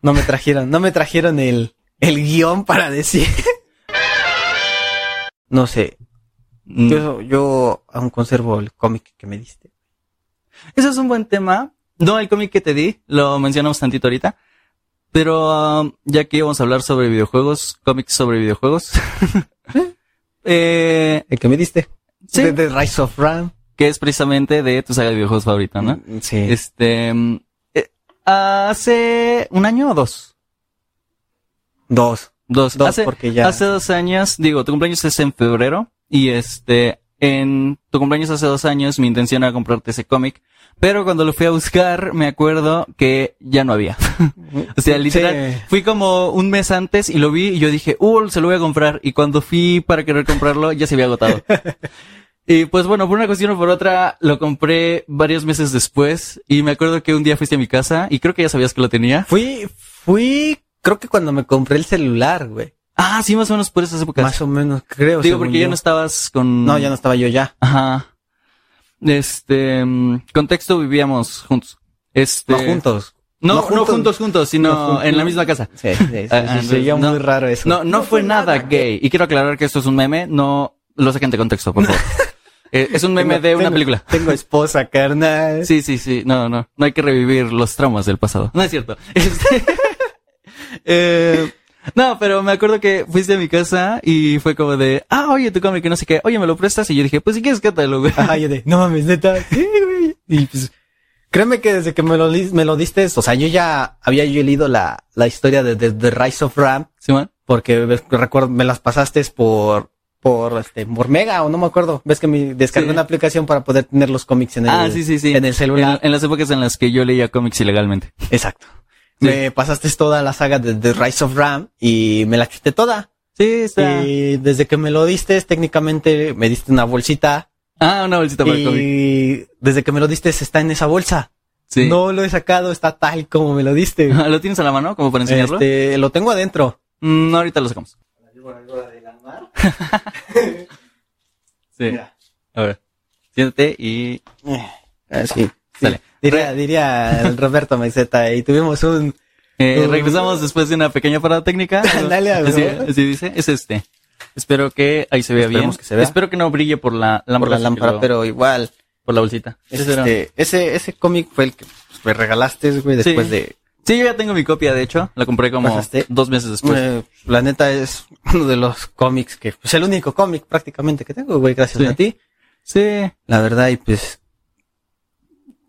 Speaker 2: No me trajeron, no me trajeron el, el guión para decir. No sé,
Speaker 1: Mm.
Speaker 2: yo, yo aún conservo el cómic que me diste.
Speaker 1: Ese es un buen tema. No, el cómic que te di, lo mencionamos tantito ahorita. Pero ah, ya que íbamos a hablar sobre videojuegos, cómics sobre videojuegos. eh,
Speaker 2: El que me diste.
Speaker 1: sí,
Speaker 2: De, de Rise of Ram.
Speaker 1: que es precisamente de tu saga de videojuegos favorita, ¿no?
Speaker 2: Mm, Sí.
Speaker 1: Este, mm, eh, hace un año o dos.
Speaker 2: Dos.
Speaker 1: Dos,
Speaker 2: Dos,
Speaker 1: hace,
Speaker 2: porque ya.
Speaker 1: Hace dos años, digo, tu cumpleaños es en febrero y este, en tu cumpleaños hace dos años mi intención era comprarte ese cómic, pero cuando lo fui a buscar me acuerdo que ya no había. o sea, literal,
Speaker 2: Sí.
Speaker 1: fui como un mes antes y lo vi y yo dije, uh, se lo voy a comprar y cuando fui para querer comprarlo ya se había agotado. Y pues bueno, por una cuestión o por otra, lo compré varios meses después y me acuerdo que un día fuiste a mi casa y creo que ya sabías que lo tenía.
Speaker 2: Fui, fui, creo que cuando me compré el celular, güey.
Speaker 1: Ah, sí, más o menos por esas épocas.
Speaker 2: Más o menos, creo.
Speaker 1: Digo,
Speaker 2: según
Speaker 1: porque ya
Speaker 2: yo.
Speaker 1: no estabas con...
Speaker 2: No, ya no estaba yo ya.
Speaker 1: Ajá. Este, mm, contexto vivíamos juntos. Este,
Speaker 2: No juntos.
Speaker 1: No,
Speaker 2: No
Speaker 1: no
Speaker 2: juntos.
Speaker 1: juntos, juntos, sino
Speaker 2: No juntos.
Speaker 1: en la misma casa.
Speaker 2: Sí, sí, sí,
Speaker 1: Ah,
Speaker 2: sí,
Speaker 1: entonces,
Speaker 2: sería
Speaker 1: no.
Speaker 2: muy raro eso.
Speaker 1: No, no, fue, nada gay. Y quiero aclarar que esto es un meme, no lo saquen de contexto, por favor. Eh, es un meme
Speaker 2: Tengo-
Speaker 1: de una
Speaker 2: tengo- ¿Eh?
Speaker 1: película.
Speaker 2: Tengo esposa, carnal.
Speaker 1: Sí, sí, sí. No, no. No hay que revivir los traumas del pasado. No es cierto. Este, eh, no, pero me acuerdo que fuiste a mi casa y fue como de, ah, oye, tu cómic, que no sé qué. Oye, ¿me lo prestas? Y yo dije, pues si quieres, cátalo, güey.
Speaker 2: Ajá, yo de, no mames, neta. Sí, güey. Y pues, créeme que desde que me lo, li- me lo diste, o sea, yo ya había yo leído la, la historia de, de, de Rise of Ram,
Speaker 1: Simón.
Speaker 2: porque ves- recuerdo, me las pasaste por, por este, por Mega, o no me acuerdo. Ves que me descargué
Speaker 1: Sí.
Speaker 2: una aplicación para poder tener los cómics en el,
Speaker 1: Ah, sí, sí, sí.
Speaker 2: en el celular.
Speaker 1: En, en las épocas en las que yo leía cómics ilegalmente.
Speaker 2: Exacto.
Speaker 1: Sí.
Speaker 2: Me pasaste toda la saga de, de Rise of Ram y me la chuté toda.
Speaker 1: Sí, está.
Speaker 2: Y desde que me lo diste, técnicamente me diste una bolsita
Speaker 1: Ah, una bolsita para cómics.
Speaker 2: Y desde que me lo diste está en esa bolsa.
Speaker 1: Sí.
Speaker 2: No lo he sacado, está tal como me lo diste.
Speaker 1: ¿Lo tienes a la mano como para enseñarlo?
Speaker 2: Este, lo tengo adentro.
Speaker 1: Mm, No, ahorita lo sacamos. Sí.
Speaker 2: Mira.
Speaker 1: A ver. Siéntate y...
Speaker 2: Eh, Así.
Speaker 1: Sale.
Speaker 2: Diría, diría el Roberto Meseta y tuvimos un
Speaker 1: Eh,
Speaker 2: Uh.
Speaker 1: regresamos después de una pequeña parada técnica.
Speaker 2: Dale, a ver.
Speaker 1: así, así dice. Es este. Espero que ahí se vea
Speaker 2: Esperemos
Speaker 1: bien.
Speaker 2: que se vea.
Speaker 1: Espero que no brille por la lámpara.
Speaker 2: por la
Speaker 1: así que
Speaker 2: lámpara,
Speaker 1: lo-
Speaker 2: pero igual.
Speaker 1: Por la bolsita. Ese era-
Speaker 2: Este, ese ese cómic fue el que pues, me regalaste, güey,
Speaker 1: Sí.
Speaker 2: después de
Speaker 1: Sí, yo ya tengo mi copia, de hecho. La compré como
Speaker 2: Pasaste.
Speaker 1: dos meses después.
Speaker 2: Eh,
Speaker 3: Pues,
Speaker 2: la neta es uno de los cómics que es el único cómic prácticamente que tengo, güey, gracias
Speaker 1: Sí.
Speaker 2: a ti.
Speaker 1: Sí.
Speaker 2: La verdad y pues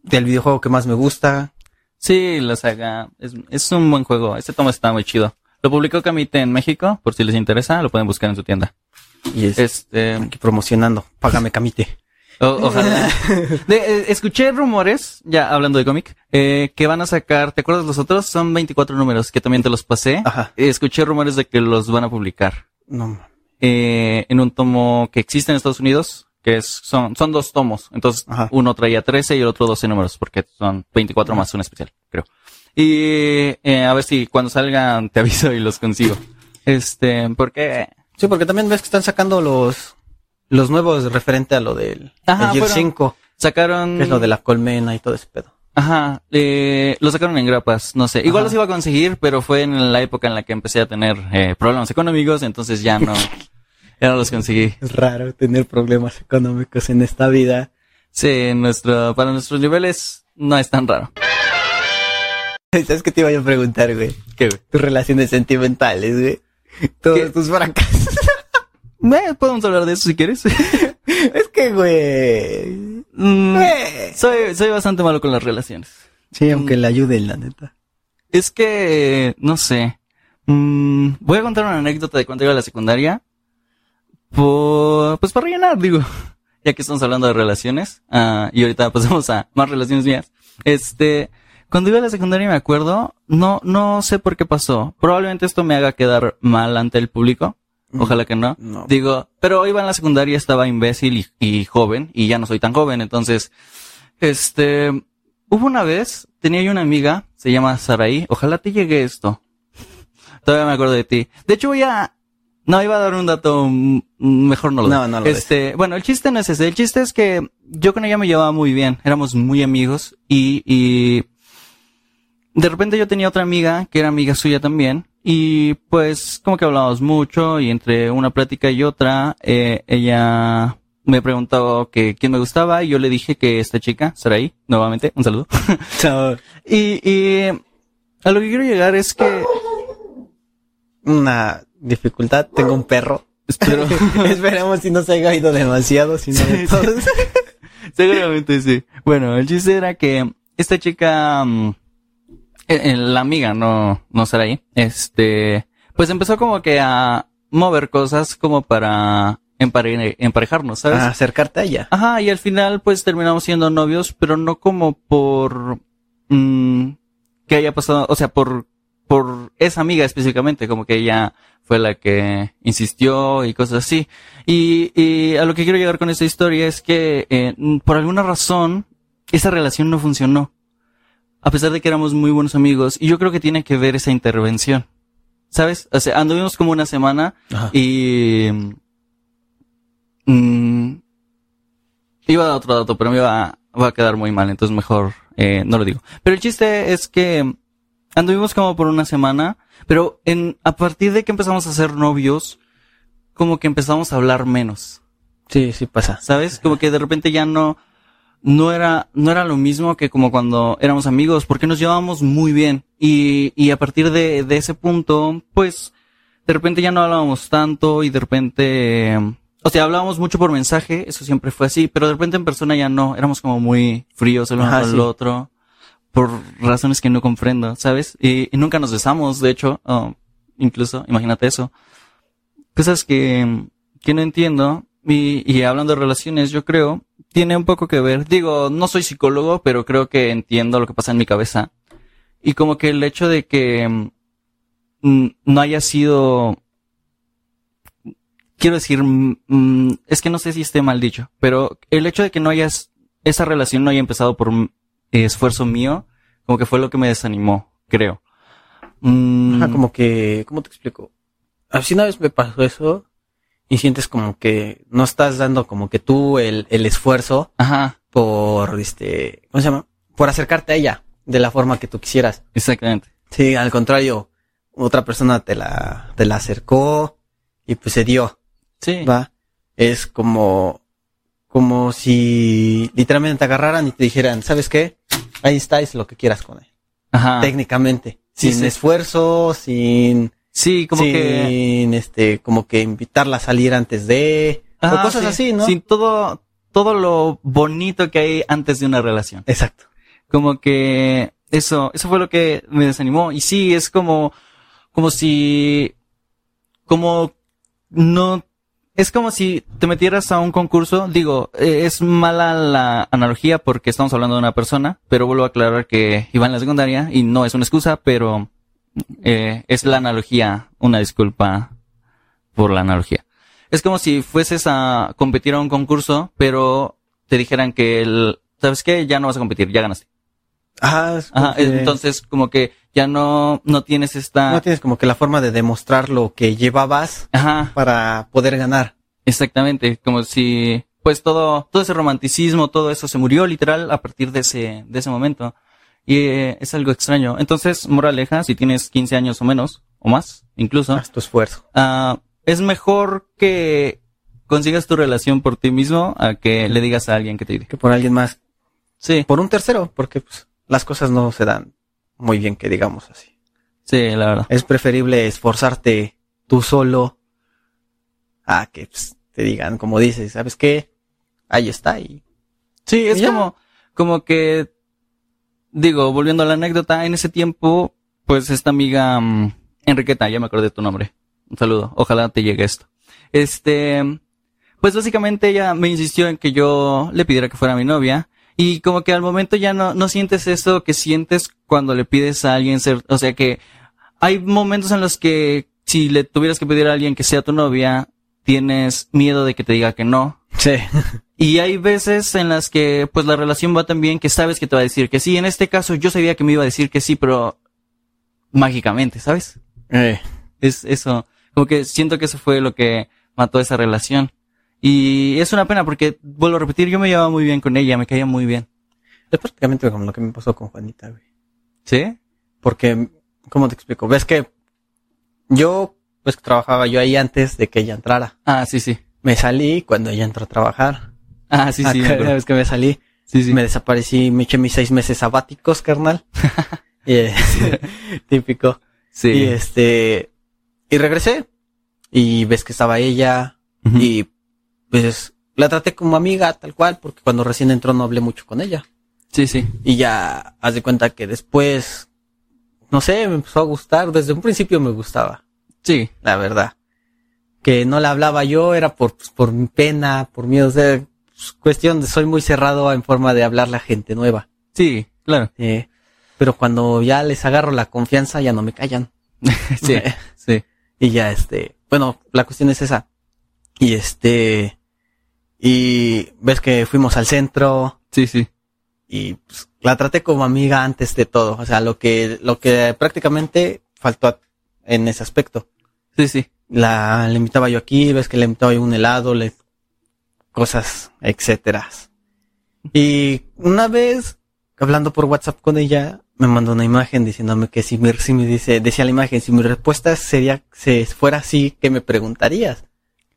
Speaker 2: del videojuego que más me gusta,
Speaker 1: Sí, la saga. Es, es un buen juego. Este tomo está muy chido. Lo publicó Camite en México, por si les interesa, lo pueden buscar en su tienda.
Speaker 2: Y es,
Speaker 1: Este,
Speaker 2: aquí promocionando. Págame, Camite.
Speaker 1: o- ojalá. De- eh, escuché rumores, ya hablando de cómic, eh, que van a sacar, ¿te acuerdas los otros? Son 24 números que también te los pasé.
Speaker 2: Ajá.
Speaker 1: Escuché rumores de que los van a publicar
Speaker 2: No, ma-
Speaker 1: eh, en un tomo que existe en Estados Unidos, que es, son, son dos tomos. Entonces,
Speaker 2: Ajá.
Speaker 1: uno traía 13 y el otro 12 números, porque son 24 más un especial, creo. Y eh, a ver si cuando salgan te aviso y los consigo. Este, porque
Speaker 2: Sí, porque también ves que están sacando los los nuevos referente a lo del
Speaker 1: Ajá,
Speaker 2: el Gear
Speaker 1: fueron-
Speaker 2: 5,
Speaker 1: Sacaron.
Speaker 2: que es lo de la colmena y todo ese pedo.
Speaker 1: Ajá, eh, lo sacaron en grapas, no sé. Igual
Speaker 2: Ajá.
Speaker 1: los iba a conseguir, pero fue en la época en la que empecé a tener eh, problemas económicos, entonces ya no, ya no los conseguí.
Speaker 2: Es raro tener problemas económicos en esta vida.
Speaker 1: Sí, en nuestro, para nuestros niveles no es tan raro.
Speaker 3: ¿Sabes qué te iba yo a preguntar, güey?
Speaker 1: ¿Qué,
Speaker 3: Tus relaciones sentimentales, güey.
Speaker 1: ¿Qué?
Speaker 3: Todos tus fracasos.
Speaker 1: güey? Eh, podemos hablar de eso si quieres.
Speaker 3: es que, güey.
Speaker 1: Mm,
Speaker 3: güey.
Speaker 1: soy, soy bastante malo con las relaciones.
Speaker 2: Sí, aunque le ayuden, la neta.
Speaker 1: Es que, eh, no sé. Mm, voy a contar una anécdota de cuando iba a la secundaria. Por, pues para rellenar, digo. Ya que estamos hablando de relaciones. ah, y ahorita pasamos a más relaciones mías. Este, cuando iba a la secundaria me acuerdo, no, no sé por qué pasó. Probablemente esto me haga quedar mal ante el público. Mm. Ojalá que no.
Speaker 2: No.
Speaker 1: Digo, pero iba en la secundaria, estaba imbécil y, y joven, y ya no soy tan joven, entonces, este, hubo una vez, tenía yo una amiga, se llama Saraí, ojalá te llegue esto. Todavía me acuerdo de ti. De hecho, voy a, no, iba a dar un dato, mm, mejor no lo
Speaker 2: No,
Speaker 1: doy.
Speaker 2: no lo des.
Speaker 1: Este, bueno, el chiste no es ese, el chiste es que yo con ella me llevaba muy bien, éramos muy amigos, y, y, de repente yo tenía otra amiga que era amiga suya también y pues como que hablábamos mucho y entre una plática y otra eh, ella me preguntó que quién me gustaba y yo le dije que esta chica, Saraí, nuevamente, un saludo.
Speaker 2: So,
Speaker 1: Y, y a lo que quiero llegar es que
Speaker 2: una dificultad, tengo un perro.
Speaker 1: espero
Speaker 3: Esperamos si no se haya ido demasiado, si no.
Speaker 1: Sí, Seguramente sí. Bueno, el chiste era que esta chica, mm, eh, eh, la amiga, no, no será ahí, este, pues empezó como que a mover cosas como para empare- emparejarnos, ¿sabes?
Speaker 2: A acercarte a ella.
Speaker 1: Ajá, y al final pues terminamos siendo novios, pero no como por mm, que haya pasado, o sea, por por esa amiga específicamente, como que ella fue la que insistió y cosas así. Y, y a lo que quiero llegar con esta historia es que eh, mm, por alguna razón esa relación no funcionó, a pesar de que éramos muy buenos amigos. Y yo creo que tiene que ver esa intervención, ¿sabes? O sea, anduvimos como una semana y mm, iba a dar otro dato, pero me va, va a quedar muy mal, entonces mejor eh, no lo digo. Pero el chiste es que anduvimos como por una semana, pero en a partir de que empezamos a ser novios, como que empezamos a hablar menos,
Speaker 2: Sí, sí pasa.
Speaker 1: ¿sabes? Como que de repente ya no no era no era lo mismo que como cuando éramos amigos, porque nos llevábamos muy bien y y a partir de de ese punto, pues de repente ya no hablábamos tanto y de repente, eh, o sea, hablábamos mucho por mensaje, eso siempre fue así, pero de repente en persona ya no, éramos como muy fríos el uno
Speaker 2: Ajá,
Speaker 1: con el
Speaker 2: sí.
Speaker 1: otro, por razones que no comprendo, ¿sabes? Y, y nunca nos besamos, de hecho, oh, incluso, imagínate eso. Cosas que, que no entiendo, y, y hablando de relaciones, yo creo, tiene un poco que ver, digo, no soy psicólogo, pero creo que entiendo lo que pasa en mi cabeza. Y como que el hecho de que mm, mm, no haya sido. Quiero decir, mm, mm, es que no sé si esté mal dicho, pero el hecho de que no hayas. Esa relación no haya empezado por mm, eh, esfuerzo mío, como que fue lo que me desanimó, creo. Mm,
Speaker 2: Ajá, como que, ¿cómo te explico? Así una vez me pasó eso y sientes como que no estás dando como que tú el, el esfuerzo
Speaker 1: Ajá,
Speaker 2: por, este, ¿cómo se llama? Por acercarte a ella de la forma que tú quisieras.
Speaker 1: exactamente.
Speaker 2: Sí, al contrario, otra persona te la, te la acercó y pues se dio,
Speaker 1: Sí.
Speaker 2: ¿va? Es como, como si literalmente te agarraran y te dijeran, ¿sabes qué? Ahí está, es lo que quieras con él.
Speaker 1: Ajá.
Speaker 2: Técnicamente.
Speaker 1: Ah. Sí,
Speaker 2: Sin
Speaker 1: sí.
Speaker 2: esfuerzo, sin
Speaker 1: Sí, como
Speaker 2: sin,
Speaker 1: que.
Speaker 2: este, como que invitarla a salir antes de,
Speaker 1: Ajá,
Speaker 2: o cosas
Speaker 1: Ah, sí,
Speaker 2: así, ¿no?
Speaker 1: Sí, todo, todo lo bonito que hay antes de una relación.
Speaker 2: Exacto.
Speaker 1: como que eso, eso fue lo que me desanimó. Y sí, es como, como si, como no, es como si te metieras a un concurso. Digo, eh, es mala la analogía porque estamos hablando de una persona, pero vuelvo a aclarar que iba en la secundaria y no es una excusa, pero eh, es la analogía, una disculpa por la analogía. Es como si fueses a competir a un concurso, pero te dijeran que el, ¿sabes qué? Ya no vas a competir, ya ganaste.
Speaker 2: Ajá, Ah, es como
Speaker 1: Ajá,
Speaker 2: que-
Speaker 1: entonces ah. como que ya no, no tienes esta...
Speaker 2: No tienes como que la forma de demostrar lo que llevabas
Speaker 1: Ajá,
Speaker 2: para poder ganar.
Speaker 1: exactamente. Como si, pues todo, todo ese romanticismo, todo eso se murió literal a partir de ese, de ese momento. Y eh, es algo extraño. Entonces, moraleja, si tienes 15 años o menos, o más, incluso,
Speaker 2: Haz tu esfuerzo.
Speaker 1: ah, es mejor que consigas tu relación por ti mismo a que le digas a alguien que te ayude.
Speaker 2: Que por alguien más.
Speaker 1: Sí,
Speaker 2: Por un tercero, porque pues, las cosas no se dan muy bien que digamos así.
Speaker 1: sí, la verdad.
Speaker 2: Es preferible esforzarte tú solo a que pues, te digan, como dices, ¿sabes qué? Ahí está. Y
Speaker 1: Sí, es
Speaker 2: Ya.
Speaker 1: como, como que, digo, volviendo a la anécdota, en ese tiempo, pues esta amiga, mm, Enriqueta, ya me acordé de tu nombre. Un saludo. Ojalá te llegue esto. Este, pues básicamente ella me insistió en que yo le pidiera que fuera mi novia. Y como que al momento ya no, no sientes eso que sientes cuando le pides a alguien ser, o sea que hay momentos en los que si le tuvieras que pedir a alguien que sea tu novia, tienes miedo de que te diga que no.
Speaker 2: sí.
Speaker 1: Y hay veces en las que pues la relación va tan bien que sabes que te va a decir que sí. En este caso yo sabía que me iba a decir que sí, pero mágicamente, ¿sabes?
Speaker 2: Eh,
Speaker 1: Es eso. Como que siento que eso fue lo que mató esa relación. Y es una pena porque, vuelvo a repetir, yo me llevaba muy bien con ella, me caía muy bien.
Speaker 2: Es prácticamente como lo que me pasó con Juanita, güey.
Speaker 1: ¿Sí?
Speaker 2: Porque, ¿cómo te explico? Ves que yo, pues trabajaba yo ahí antes de que ella entrara.
Speaker 1: Ah, sí, sí.
Speaker 2: Me salí cuando ella entró a trabajar.
Speaker 1: Ah, sí, sí. me
Speaker 2: Cada
Speaker 1: acuerdo.
Speaker 2: vez que me salí,
Speaker 1: Sí, sí.
Speaker 2: me desaparecí, me eché mis seis meses sabáticos, carnal. Y, eh, típico.
Speaker 1: Sí.
Speaker 2: Y este, y regresé. Y ves que estaba ella.
Speaker 1: Ujú.
Speaker 2: Y pues la traté como amiga, tal cual, porque cuando recién entró no hablé mucho con ella.
Speaker 1: Sí, sí.
Speaker 2: Y ya, haz de cuenta que después, no sé, me empezó a gustar. Desde un principio me gustaba,
Speaker 1: Sí.
Speaker 2: la verdad. Que no la hablaba yo, era por, pues, por mi pena, por miedo. O sea, pues, cuestión de soy muy cerrado en forma de hablar la gente nueva.
Speaker 1: Sí, claro.
Speaker 2: eh, pero cuando ya les agarro la confianza, ya no me callan.
Speaker 1: Sí, sí.
Speaker 2: Y ya, este, bueno, la cuestión es esa. Y este, y ves que fuimos al centro,
Speaker 1: Sí, sí.
Speaker 2: y pues, la traté como amiga antes de todo. O sea, lo que, lo que prácticamente faltó a- en ese aspecto.
Speaker 1: Sí, sí.
Speaker 2: La, le invitaba yo aquí, ves que le invitaba yo un helado, le, cosas, etcétera. Y una vez, hablando por WhatsApp con ella, me mandó una imagen diciéndome que si me, si me dice, decía la imagen, si mi respuesta sería, si fuera así, que me preguntarías.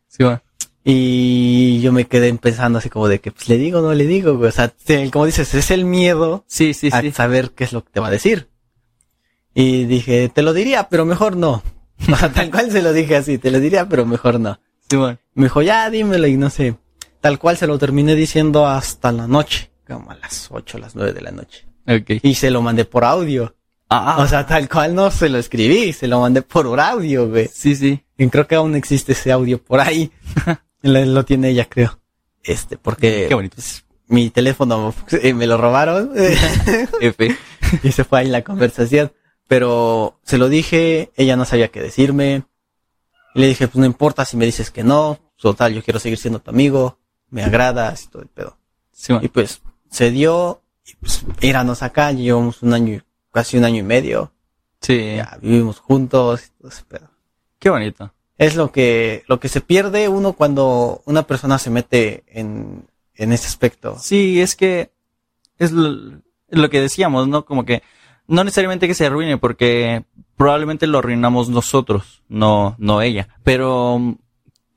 Speaker 1: Sí, va.
Speaker 2: Y yo me quedé pensando así como de que, pues le digo, o no le digo, güey. O sea, te- como dices, es el miedo
Speaker 1: Sí, sí,
Speaker 2: a
Speaker 1: sí.
Speaker 2: saber qué es lo que te va a decir. Y dije, te lo diría, pero mejor no. O sea, tal cual se lo dije así, te lo diría, pero mejor no.
Speaker 1: Sí, va.
Speaker 2: Me dijo, ya dímelo y no sé. Tal cual se lo terminé diciendo hasta la noche, como a las 8, las 9 de la noche.
Speaker 1: Ok.
Speaker 2: Y se lo mandé por audio.
Speaker 1: Ah,
Speaker 2: O sea, tal cual no se lo escribí, se lo mandé por audio, güey.
Speaker 1: sí, sí.
Speaker 2: Y creo que aún existe ese audio por ahí. lo, lo tiene ella, creo. Este, porque
Speaker 1: Qué bonito.
Speaker 2: mi teléfono eh, me lo robaron.
Speaker 1: F.
Speaker 2: Y se fue ahí la conversación. Pero se lo dije, ella no sabía qué decirme. Y le dije, pues no importa si me dices que no. Total, yo quiero seguir siendo tu amigo. Me agradas y todo el pedo.
Speaker 1: Sí, va.
Speaker 2: Y pues se dio. Y pues éramos acá, llevamos un año, y- casi un año y medio. eh,
Speaker 1: Sí.
Speaker 2: Ya vivimos juntos y todo ese pedo.
Speaker 1: Qué bonito.
Speaker 2: Es lo que, lo que se pierde uno cuando una persona se mete en, en ese aspecto.
Speaker 1: Sí, es que es lo, lo que decíamos, ¿no? Como que no necesariamente que se arruine, porque probablemente lo arruinamos nosotros, no, no ella. Pero mm,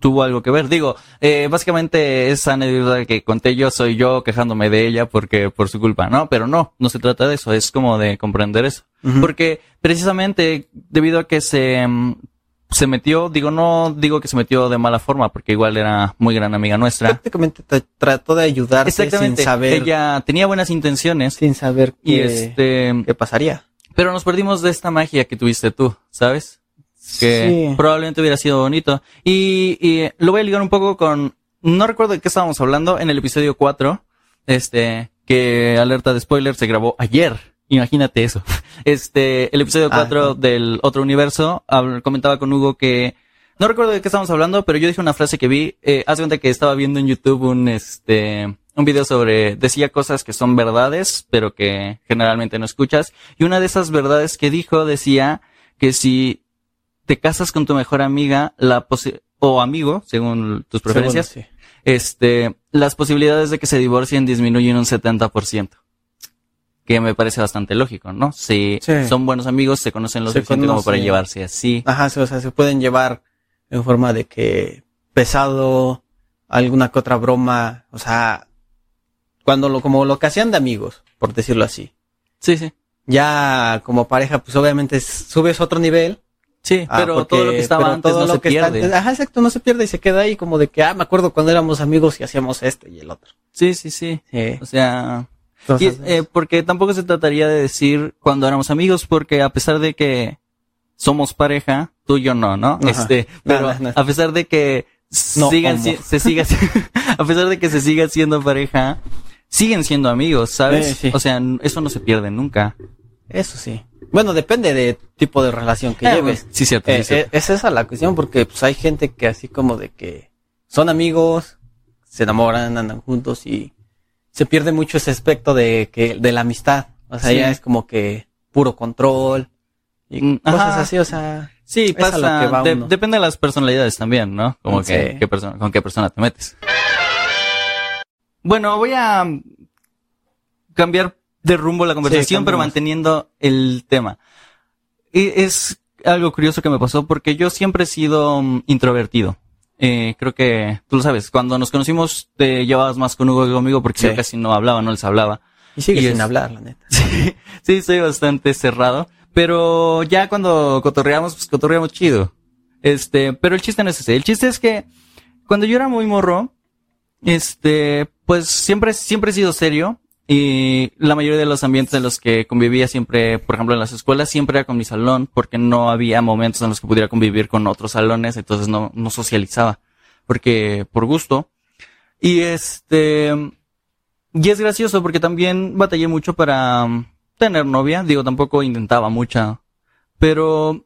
Speaker 1: tuvo algo que ver. Digo, eh, básicamente esa anécdota que conté yo soy yo quejándome de ella porque por su culpa, ¿no? Pero no, no se trata de eso, es como de comprender eso.
Speaker 2: Ujú.
Speaker 1: Porque precisamente debido a que se, mm, se metió, digo, no digo que se metió de mala forma, porque igual era muy gran amiga nuestra.
Speaker 2: prácticamente tra- trató de ayudarte sin
Speaker 1: Exactamente.
Speaker 2: saber,
Speaker 1: Ella tenía buenas intenciones
Speaker 2: sin saber
Speaker 1: y
Speaker 2: qué-
Speaker 1: este,
Speaker 2: qué pasaría.
Speaker 1: pero nos perdimos de esta magia que tuviste tú, ¿sabes? Que
Speaker 2: Sí.
Speaker 1: probablemente hubiera sido bonito. Y, y lo voy a ligar un poco con, no recuerdo de qué estábamos hablando en el episodio 4, este, que alerta de spoiler se grabó ayer. Imagínate eso. Este, el episodio
Speaker 2: Ah,
Speaker 1: 4
Speaker 2: sí.
Speaker 1: del otro universo, habl- comentaba con Hugo que, no recuerdo de qué estábamos hablando, pero yo dije una frase que vi, eh, haz de cuenta que estaba viendo en YouTube un, este, un video sobre, decía cosas que son verdades, pero que generalmente no escuchas. Y una de esas verdades que dijo decía que si te casas con tu mejor amiga, la posi- o amigo, según tus preferencias,
Speaker 2: Según, sí.
Speaker 1: este, las posibilidades de que se divorcien disminuyen un 70%. Que me parece bastante lógico, ¿no? Si
Speaker 2: Sí.
Speaker 1: son buenos amigos, se conocen lo
Speaker 2: Se
Speaker 1: suficiente como para
Speaker 2: conocen. Ah.
Speaker 1: llevarse así.
Speaker 2: Ajá, sí, o sea, se pueden llevar en forma de que pesado, alguna que otra broma, o sea, cuando lo, como lo que hacían de amigos, por decirlo así.
Speaker 1: Sí, sí.
Speaker 2: Ya como pareja, pues obviamente s- subes otro nivel.
Speaker 1: Sí,
Speaker 2: ah,
Speaker 1: pero
Speaker 2: porque-
Speaker 1: todo lo que estaba
Speaker 2: pero
Speaker 1: antes
Speaker 2: todo
Speaker 1: no
Speaker 2: lo
Speaker 1: se
Speaker 2: que está
Speaker 1: pierde.
Speaker 2: antes- ajá, exacto, no se pierde y se queda ahí como de que, ah, me acuerdo cuando éramos amigos y hacíamos esto y el otro.
Speaker 1: Sí, sí, sí.
Speaker 2: Sí.
Speaker 1: O sea, y,
Speaker 2: Entonces,
Speaker 1: eh, porque tampoco se trataría de decir cuando éramos amigos, porque a pesar de que somos pareja, tú y yo no, ¿no?
Speaker 2: Ajá.
Speaker 1: Este,
Speaker 2: No,
Speaker 1: pero
Speaker 2: no, no.
Speaker 1: a pesar de que
Speaker 2: No,
Speaker 1: sigan,
Speaker 2: homo.
Speaker 1: si- se siga, a pesar de que se siga siendo pareja, siguen siendo amigos, ¿sabes?
Speaker 2: Eh, sí.
Speaker 1: O sea, n- eso no se pierde nunca.
Speaker 2: eso sí. Bueno, depende de tipo de relación que
Speaker 1: Eh,
Speaker 2: lleves.
Speaker 1: pues, Sí, cierto.
Speaker 2: Eh,
Speaker 1: sí, cierto.
Speaker 2: eh, es esa la cuestión, porque pues hay gente que así como de que son amigos, se enamoran, andan juntos y se pierde mucho ese aspecto de que de la amistad. O sea,
Speaker 1: Sí.
Speaker 2: ya es como que puro control y
Speaker 1: Mm,
Speaker 2: cosas
Speaker 1: ajá.
Speaker 2: así, o sea,
Speaker 1: sí,
Speaker 2: es a lo
Speaker 1: pasa.
Speaker 2: que va
Speaker 1: de-
Speaker 2: uno.
Speaker 1: depende de las personalidades también, ¿no? Como que
Speaker 2: Sí.
Speaker 1: qué persona- con qué persona te metes. Bueno, voy a mm, cambiar de rumbo la conversación, pero
Speaker 2: cambiemos.
Speaker 1: manteniendo el tema. Y es algo curioso que me pasó porque yo siempre he sido mm, introvertido. Eh, creo que tú lo sabes. Cuando nos conocimos te llevabas más con Hugo que conmigo porque
Speaker 2: Sí.
Speaker 1: yo casi no hablaba, no les hablaba.
Speaker 2: y sigue
Speaker 1: Y
Speaker 2: sin
Speaker 1: es-
Speaker 2: hablar, la neta.
Speaker 1: Sí, sí, soy bastante cerrado. Pero ya cuando cotorreamos, pues cotorreamos chido. Este, pero el chiste no es ese. El chiste es que cuando yo era muy morro, este, pues siempre, siempre he sido serio. Y la mayoría de los ambientes en los que convivía siempre, por ejemplo, en las escuelas, siempre era con mi salón, porque no había momentos en los que pudiera convivir con otros salones, entonces no, no socializaba, porque por gusto. Y este, y es gracioso porque también batallé mucho para mm, tener novia. Digo, tampoco intentaba mucha. Pero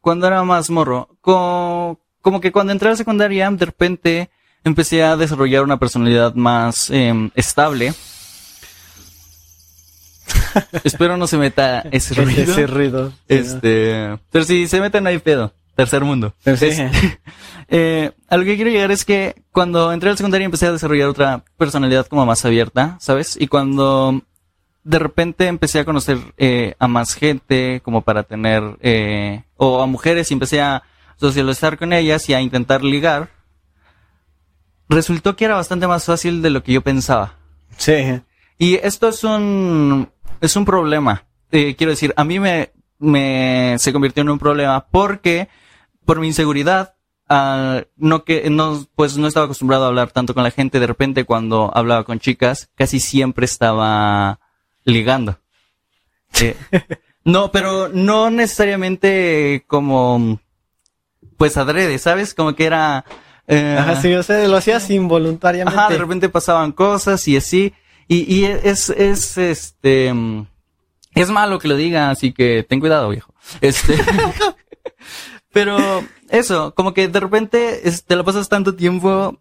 Speaker 1: cuando era más morro, co- como que cuando entré a la secundaria, de repente empecé a desarrollar una personalidad más em, estable. Espero no se meta ese ruido.
Speaker 2: ruido.
Speaker 1: Este, pero si se meten no hay pedo. Tercer mundo. Este, eh, a lo que quiero llegar es que cuando entré a la secundaria empecé a desarrollar otra personalidad como más abierta, ¿sabes? Y cuando de repente empecé a conocer eh, a más gente como para tener, eh, o a mujeres y empecé a socializar con ellas y a intentar ligar, resultó que era bastante más fácil de lo que yo pensaba.
Speaker 2: Sí.
Speaker 1: Y esto es un, es un problema. Eh, quiero decir, a mí me, me, se convirtió en un problema porque, por mi inseguridad, ah, no que, no, pues no estaba acostumbrado a hablar tanto con la gente. De repente, cuando hablaba con chicas, casi siempre estaba ligando. Eh, no, pero no necesariamente como, pues adrede, ¿sabes? Como que era, eh,
Speaker 2: Ajá, sí, o sea, lo hacías involuntariamente.
Speaker 1: Ajá, de repente pasaban cosas y así. Y, y es, es, este, mm, es malo que lo diga, así que ten cuidado, viejo. Este, pero eso, como que de repente es- te la pasas tanto tiempo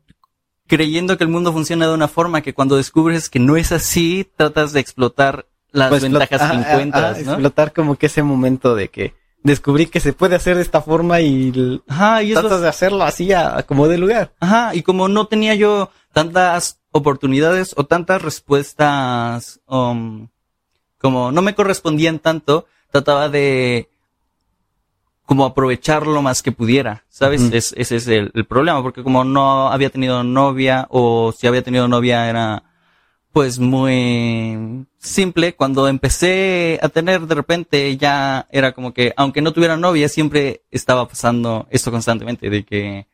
Speaker 1: creyendo que el mundo funciona de una forma que cuando descubres que no es así, tratas de explotar las
Speaker 2: Pues,
Speaker 1: ventajas
Speaker 2: ajá,
Speaker 1: que
Speaker 2: ajá,
Speaker 1: encuentras, ¿no?
Speaker 2: Explotar como que ese momento de que descubrí que se puede hacer de esta forma y l-
Speaker 1: Ajá, y es lo
Speaker 2: tratas de hacerlo así a, a como de lugar.
Speaker 1: Ajá, y como no tenía yo tantas oportunidades o tantas respuestas, um, como no me correspondían tanto, trataba de como aprovechar lo más que pudiera, ¿sabes?
Speaker 2: Ujú.
Speaker 1: Es- ese es el, el problema, porque como no había tenido novia o si había tenido novia era pues muy simple, cuando empecé a tener de repente ya era como que aunque no tuviera novia siempre estaba pasando esto constantemente de que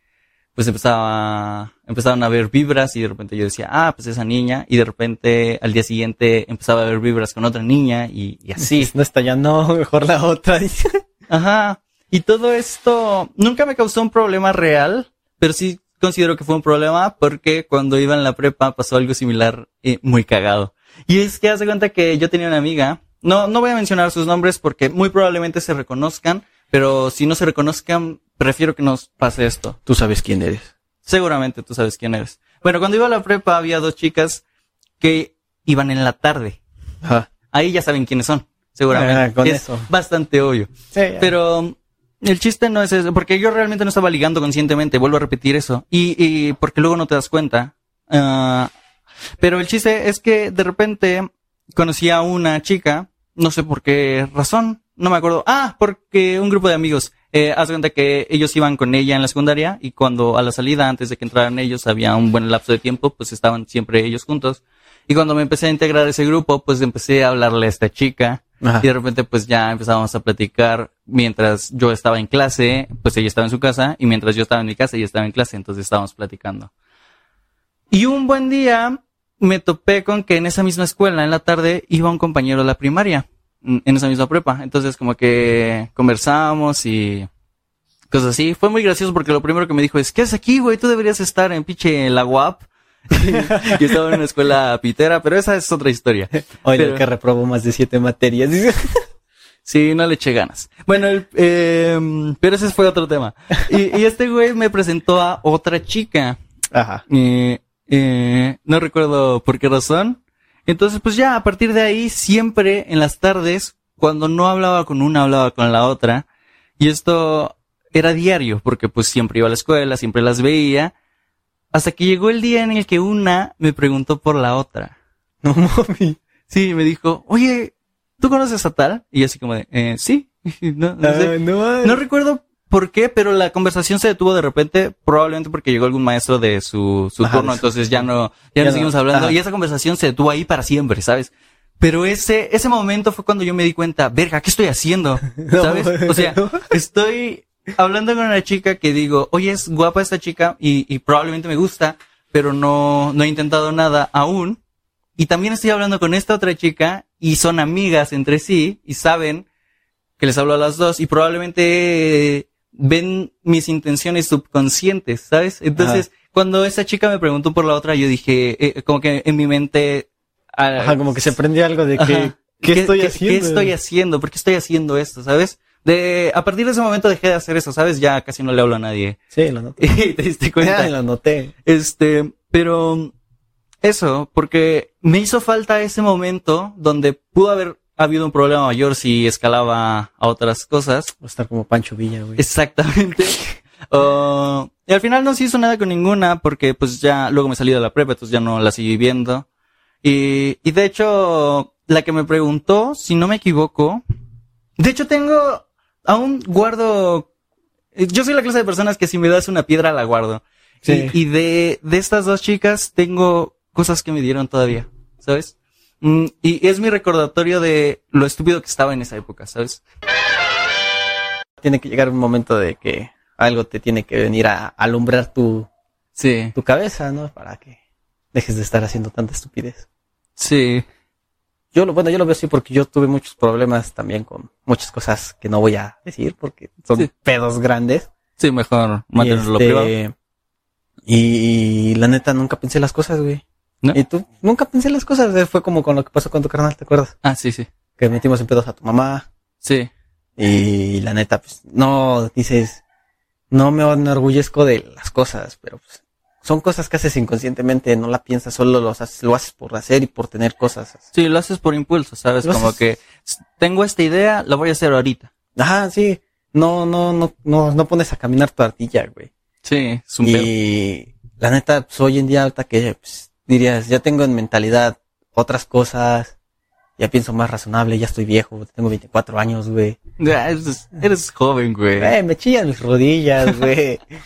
Speaker 1: pues empezaba, empezaban a ver vibras y de repente yo decía, ah, pues esa niña, y de repente al día siguiente empezaba a ver vibras con otra niña y, y así.
Speaker 4: Pues
Speaker 2: No está ya, no, mejor la otra. dice.
Speaker 1: Ajá. Y todo esto nunca me causó un problema real, pero sí considero que fue un problema porque cuando iba en la prepa pasó algo similar eh, muy cagado. Y es que hace cuenta que yo tenía una amiga, no, no voy a mencionar sus nombres porque muy probablemente se reconozcan, pero si no se reconozcan, prefiero que nos pase esto.
Speaker 2: Tú sabes quién eres.
Speaker 1: Seguramente tú sabes quién eres. Bueno, cuando iba a la prepa había dos chicas que iban en la tarde.
Speaker 4: Ajá.
Speaker 1: Ahí ya saben quiénes son, seguramente.
Speaker 4: Ah, con
Speaker 1: es
Speaker 4: eso.
Speaker 1: bastante obvio. Pero um, el chiste no es eso, porque yo realmente no estaba ligando conscientemente, vuelvo a repetir eso, y, y porque luego no te das cuenta. Ah, pero el chiste es que de repente conocí a una chica, no sé por qué razón, no me acuerdo. Ah, porque un grupo de amigos, eh, haz de cuenta que ellos iban con ella en la secundaria y cuando a la salida, antes de que entraran ellos, había un buen lapso de tiempo, pues estaban siempre ellos juntos. Y cuando me empecé a integrar a ese grupo, pues empecé a hablarle a esta chica.
Speaker 4: Ajá.
Speaker 1: Y de repente, pues ya empezábamos a platicar. Mientras yo estaba en clase, pues ella estaba en su casa. Y mientras yo estaba en mi casa, ella estaba en clase. Entonces estábamos platicando. Y un buen día me topé con que en esa misma escuela, en la tarde, iba un compañero de la primaria. mm, En esa misma prepa. Entonces, como que conversábamos y cosas así. Fue muy gracioso porque lo primero que me dijo es: ¿Qué haces aquí, güey? Tú deberías estar en pinche la UAP. Yo estaba en una escuela pitera, pero esa es otra historia.
Speaker 2: Oye,
Speaker 1: Pero-
Speaker 2: que reprobó más de siete materias.
Speaker 1: Sí, no le eché ganas. Bueno, el- eh, pero ese fue otro tema. Y, y este güey me presentó a otra chica.
Speaker 4: Ajá.
Speaker 1: Eh, eh, no recuerdo por qué razón. Entonces, pues ya a partir de ahí, siempre en las tardes, cuando no hablaba con una, hablaba con la otra. Y esto era diario, porque pues siempre iba a la escuela, siempre las veía. Hasta que llegó el día en el que una me preguntó por la otra.
Speaker 4: No mami.
Speaker 1: Sí, me dijo, oye, ¿tú conoces a tal? Y yo así como de, eh, sí. No, no sé.
Speaker 4: Ah, no, mames.
Speaker 1: No recuerdo por qué, pero la conversación se detuvo de repente, probablemente porque llegó algún maestro de su, su
Speaker 4: Ajá,
Speaker 1: turno,
Speaker 4: de su-
Speaker 1: entonces ya no, ya,
Speaker 4: Ya
Speaker 1: no
Speaker 4: no,
Speaker 1: seguimos hablando.
Speaker 4: ajá.
Speaker 1: Y esa conversación se detuvo ahí para siempre, ¿sabes? Pero ese, ese momento fue cuando yo me di cuenta, verga, ¿qué estoy haciendo? ¿Sabes? O sea, estoy hablando con una chica que digo, oye, es guapa esta chica y, y probablemente me gusta, pero no, no he intentado nada aún. Y también estoy hablando con esta otra chica y son amigas entre sí y saben que les hablo a las dos y probablemente eh, ven mis intenciones subconscientes, ¿sabes? Entonces, cuando esa chica me preguntó por la otra, yo dije, eh, como que en mi mente... ah,
Speaker 4: Ajá, como que se prendió algo de que,
Speaker 1: Ajá.
Speaker 4: ¿qué, estoy haciendo?
Speaker 1: ¿Qué estoy haciendo? ¿Por qué estoy haciendo esto? ¿Sabes? De, a partir de ese momento dejé de hacer eso, ¿sabes? Ya casi no le hablo a nadie.
Speaker 4: Sí, lo noté.
Speaker 1: Y te diste
Speaker 2: Pues,
Speaker 4: Ya,
Speaker 1: cuenta.
Speaker 4: lo noté.
Speaker 1: Este, pero eso, porque me hizo falta ese momento donde pudo haber habido un problema mayor si escalaba a otras cosas.
Speaker 4: Voy a estar como Pancho Villa, güey.
Speaker 1: Exactamente. Oh, y al final no se hizo nada con ninguna porque pues ya luego me salí de la prepa, entonces ya no la seguí viendo. Y, y de hecho, la que me preguntó, si no me equivoco, de hecho tengo, aún guardo, yo soy la clase de personas que si me das una piedra la guardo.
Speaker 4: Sí.
Speaker 1: Y, y de, de estas dos chicas tengo cosas que me dieron todavía, ¿sabes? Mm, y es mi recordatorio de lo estúpido que estaba en esa época, ¿sabes?
Speaker 2: Tiene que llegar un momento de que algo te tiene que venir a alumbrar tu,
Speaker 1: Sí.
Speaker 2: tu cabeza, ¿no? Para que dejes de estar haciendo tanta estupidez.
Speaker 1: Sí.
Speaker 2: Yo lo, bueno, yo lo veo así porque yo tuve muchos problemas también con muchas cosas que no voy a decir porque son
Speaker 1: Sí.
Speaker 2: pedos grandes.
Speaker 1: Sí, mejor
Speaker 2: Y,
Speaker 1: mantenerlo
Speaker 2: este,
Speaker 1: privado.
Speaker 2: Y, y la neta, nunca pensé las cosas, güey.
Speaker 1: ¿No?
Speaker 2: Y tú, nunca pensé las cosas. eh, Fue como con lo que pasó con tu carnal, ¿te acuerdas?
Speaker 1: Ah, sí, sí.
Speaker 2: Que metimos en pedos a tu mamá.
Speaker 1: Sí.
Speaker 2: Y la neta, pues, no, dices, no me enorgullezco de las cosas, pero pues, son cosas que haces inconscientemente, no la piensas, solo los haces- lo haces por hacer y por tener cosas.
Speaker 1: Sí, lo haces por impulso, ¿sabes?
Speaker 2: Lo
Speaker 1: Como
Speaker 2: haces-
Speaker 1: que "S- tengo esta idea, la voy a hacer ahorita.
Speaker 2: Ajá, sí. No, no, no, no, no pones a caminar tu ardilla, güey.
Speaker 1: Sí, es un pedo.
Speaker 2: Y la neta, pues hoy en día, ahorita que pues, dirías, ya tengo en mentalidad otras cosas, ya pienso más razonable, ya estoy viejo, tengo 24 años, güey.
Speaker 1: Ah, Eres, eres joven, güey.
Speaker 2: Eh, me chillan mis rodillas, güey.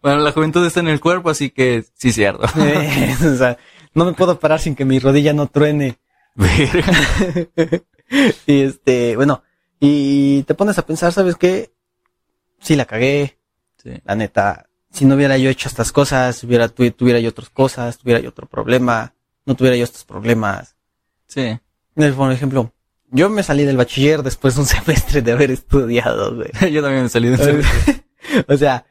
Speaker 1: Bueno, la juventud está en el cuerpo, así que sí, es cierto.
Speaker 2: Eh, o sea, no me puedo parar sin que mi rodilla no truene.
Speaker 1: Verga.
Speaker 2: Y este, bueno, y te pones a pensar, ¿sabes qué? Sí, la cagué,
Speaker 1: Sí.
Speaker 2: la neta. Si no hubiera yo hecho estas cosas, hubiera, tu- tuviera yo otras cosas, tuviera yo otro problema, no tuviera yo estos problemas.
Speaker 1: Sí.
Speaker 2: Eh, Por ejemplo, yo me salí del bachiller después de un semestre de haber estudiado, güey.
Speaker 1: Yo también me salí de un servicio.
Speaker 2: o sea,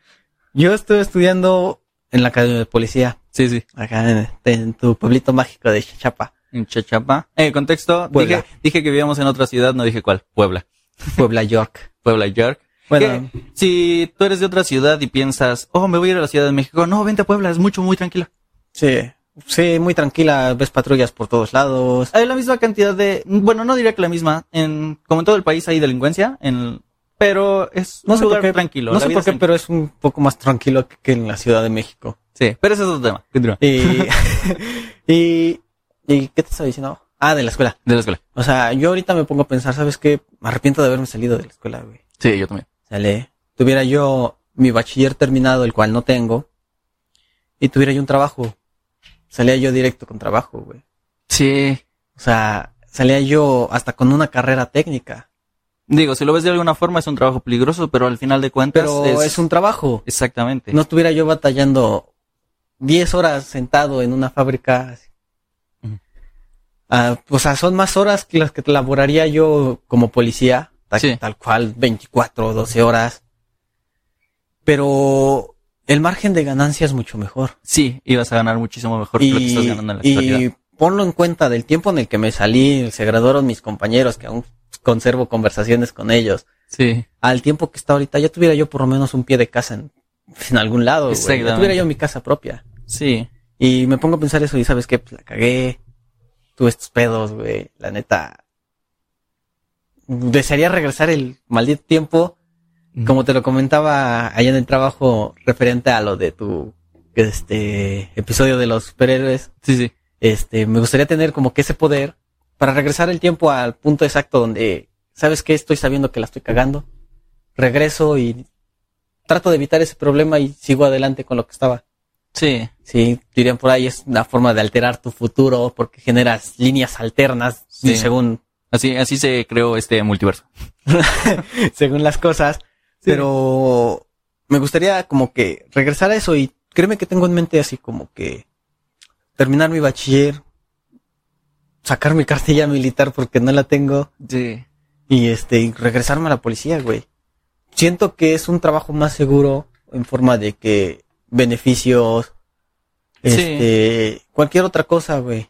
Speaker 2: yo estuve estudiando en la Academia de Policía,
Speaker 1: Sí, sí.
Speaker 2: acá en, en tu pueblito mágico de Chachapa,
Speaker 1: En Chachapa. Eh, contexto.
Speaker 2: Puebla.
Speaker 1: Dije, dije que vivíamos en otra ciudad, no dije cuál. Puebla.
Speaker 2: Puebla, York.
Speaker 1: Puebla, York.
Speaker 2: Bueno,
Speaker 1: Que si tú eres de otra ciudad y piensas, oh, me voy a ir a la Ciudad de México, no, vente a Puebla, es mucho, muy tranquila.
Speaker 2: Sí. Sí, muy tranquila, ves patrullas por todos lados.
Speaker 1: Hay la misma cantidad de, bueno, no diría que la misma, en, como en todo el país hay delincuencia, en, pero es
Speaker 2: No
Speaker 1: un
Speaker 2: sé
Speaker 1: lugar
Speaker 2: por qué,
Speaker 1: tranquilo.
Speaker 2: no
Speaker 1: la
Speaker 2: sé
Speaker 1: vida
Speaker 2: por qué,
Speaker 1: es
Speaker 2: pero es un poco más tranquilo que- que en la Ciudad de México.
Speaker 1: tranquila. Sí, pero ese es otro tema. Continúa.
Speaker 2: Y, y, y ¿qué te estaba diciendo? Ah, de la escuela.
Speaker 1: De la escuela.
Speaker 2: O sea, yo ahorita me pongo a pensar, ¿sabes qué? Me arrepiento de haberme salido de la escuela, güey.
Speaker 1: Sí, yo también.
Speaker 2: Sale. Tuviera yo mi bachiller terminado, el cual no tengo, y tuviera yo un trabajo. Salía yo directo con trabajo, güey.
Speaker 1: Sí.
Speaker 2: O sea, salía yo hasta con una carrera técnica.
Speaker 1: Digo, si lo ves de alguna forma es un trabajo peligroso, pero al final de cuentas
Speaker 2: Pero es, un trabajo.
Speaker 1: Exactamente.
Speaker 2: No estuviera yo batallando 10 horas sentado en una fábrica. así.
Speaker 1: Ujú.
Speaker 2: Ah, o sea, son más horas que las que laboraría yo como policía, tal,
Speaker 1: Sí.
Speaker 2: tal cual, 24 o 12 horas. Pero el margen de ganancia es mucho mejor.
Speaker 1: Sí, ibas a ganar muchísimo mejor que lo que estás ganando en la
Speaker 2: y
Speaker 1: actualidad.
Speaker 2: ponlo en cuenta del tiempo en el que me salí, se graduaron mis compañeros, que aún conservo conversaciones con ellos.
Speaker 1: Sí.
Speaker 2: Al tiempo que está ahorita, ya tuviera yo por lo menos un pie de casa en, en algún lado. güey. Ya
Speaker 1: Exactamente.
Speaker 2: tuviera yo mi casa propia.
Speaker 1: Sí.
Speaker 2: Y me pongo a pensar eso y sabes qué, pues la cagué. Tuve estos pedos, güey. La neta. Desearía regresar el maldito tiempo.
Speaker 1: Ujú.
Speaker 2: Como te lo comentaba allá en el trabajo referente a lo de tu este episodio de los superhéroes.
Speaker 1: Sí, sí.
Speaker 2: Este, me gustaría tener como que ese poder para regresar el tiempo al punto exacto donde sabes que estoy sabiendo que la estoy cagando. Regreso y trato de evitar ese problema y sigo adelante con lo que estaba.
Speaker 1: Sí.
Speaker 2: Sí, dirían por ahí es una forma de alterar tu futuro porque generas líneas alternas
Speaker 1: Sí.
Speaker 2: según,
Speaker 1: Así, así se creó este multiverso.
Speaker 2: según las cosas. Pero me gustaría como que regresar a eso y créeme que tengo en mente así como que terminar mi bachiller, sacar mi cartilla militar porque no la tengo
Speaker 1: Sí.
Speaker 2: y este y regresarme a la policía, güey. Siento que es un trabajo más seguro en forma de que beneficios,
Speaker 1: Sí.
Speaker 2: este, cualquier otra cosa, güey.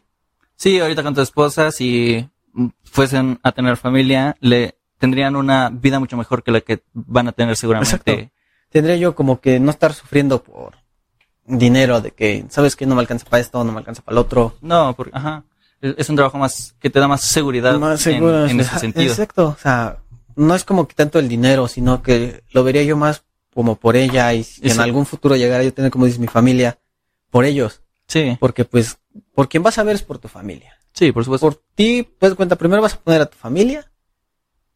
Speaker 1: Sí, ahorita con tu esposa, si mm, fuesen a tener familia, le tendrían una vida mucho mejor que la que van a tener seguramente.
Speaker 2: Exacto. tendría yo como que no estar sufriendo por dinero de que sabes que no me alcanza para esto, no me alcanza para el otro.
Speaker 1: No, porque, ajá. Es es un trabajo más que te da más seguridad en- en, ese
Speaker 2: Ajá,
Speaker 1: sentido.
Speaker 2: Exacto, o sea, no es como que tanto el dinero, sino que lo vería yo más como por ella y si en
Speaker 1: Exacto.
Speaker 2: algún futuro llegara yo a tener como dice mi familia por ellos,
Speaker 1: Sí,
Speaker 2: porque pues por quien vas a ver es por tu familia.
Speaker 1: sí, por supuesto.
Speaker 2: Por ti, pues cuenta, primero vas a poner a tu familia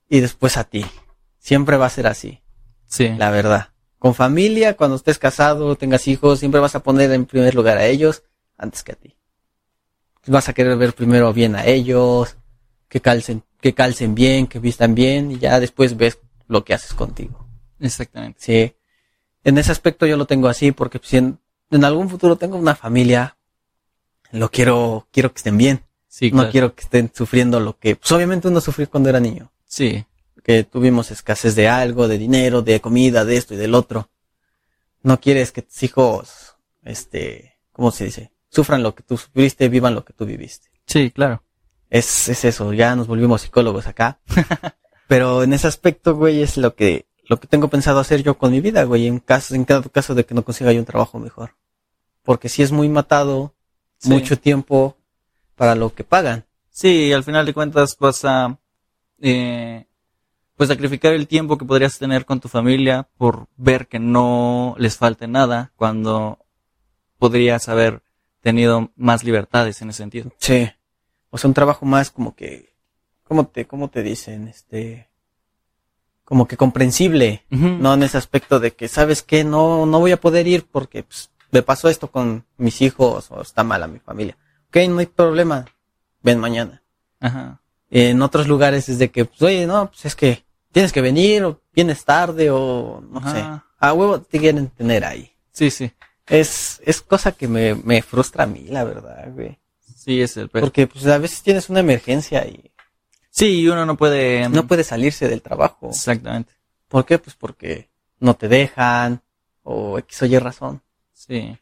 Speaker 2: y después a ti. Siempre va a ser así.
Speaker 1: sí.
Speaker 2: La verdad. Con familia, cuando estés casado, tengas hijos, siempre vas a poner en primer lugar a ellos antes que a ti. Vas a querer ver primero bien a ellos, que calcen, que calcen bien, que vistan bien, y ya después ves lo que haces contigo.
Speaker 1: Exactamente.
Speaker 2: Sí. En ese aspecto yo lo tengo así, porque si en, en algún futuro tengo una familia, lo quiero, quiero que estén bien.
Speaker 1: Sí,
Speaker 2: No
Speaker 1: claro.
Speaker 2: quiero que estén sufriendo lo que, pues obviamente uno sufrió cuando era niño
Speaker 1: Sí,
Speaker 2: que tuvimos escasez de algo, de dinero, de comida, de esto y del otro. No quieres que tus hijos, este, ¿cómo se dice? Sufran lo que tú sufriste, vivan lo que tú viviste.
Speaker 1: sí, claro.
Speaker 2: Es, es eso, ya nos volvimos psicólogos acá. Pero en ese aspecto, güey, es lo que, lo que tengo pensado hacer yo con mi vida, güey, en caso, en cada caso de que no consiga yo un trabajo mejor. Porque si es muy matado,
Speaker 1: Sí.
Speaker 2: mucho tiempo para lo que pagan.
Speaker 1: Sí, al final de cuentas vas a eh, pues sacrificar el tiempo que podrías tener con tu familia por ver que no les falte nada cuando podrías haber tenido más libertades en ese sentido.
Speaker 2: Sí. O sea, un trabajo más como que, ¿cómo te, cómo te dicen? Este, como que comprensible,
Speaker 1: No.
Speaker 2: ¿no? En ese aspecto de que, ¿sabes qué? No, no voy a poder ir porque pues, me pasó esto con mis hijos o está mala mi familia. Ok, no hay problema. Ven mañana.
Speaker 1: Ajá.
Speaker 2: En otros lugares es de que, pues, oye, no, pues es que tienes que venir o vienes tarde o no sé.
Speaker 1: Ajá.
Speaker 2: A huevo te quieren tener ahí.
Speaker 1: Sí, sí.
Speaker 2: Es, es cosa que me, me frustra a mí, la verdad, güey.
Speaker 1: Sí, es el peor.
Speaker 2: Porque pues a veces tienes una emergencia y
Speaker 1: Sí, y uno no puede.
Speaker 2: no puede salirse del trabajo.
Speaker 1: Exactamente.
Speaker 2: ¿Por qué? Pues porque no te dejan o X o Y razón.
Speaker 1: Sí.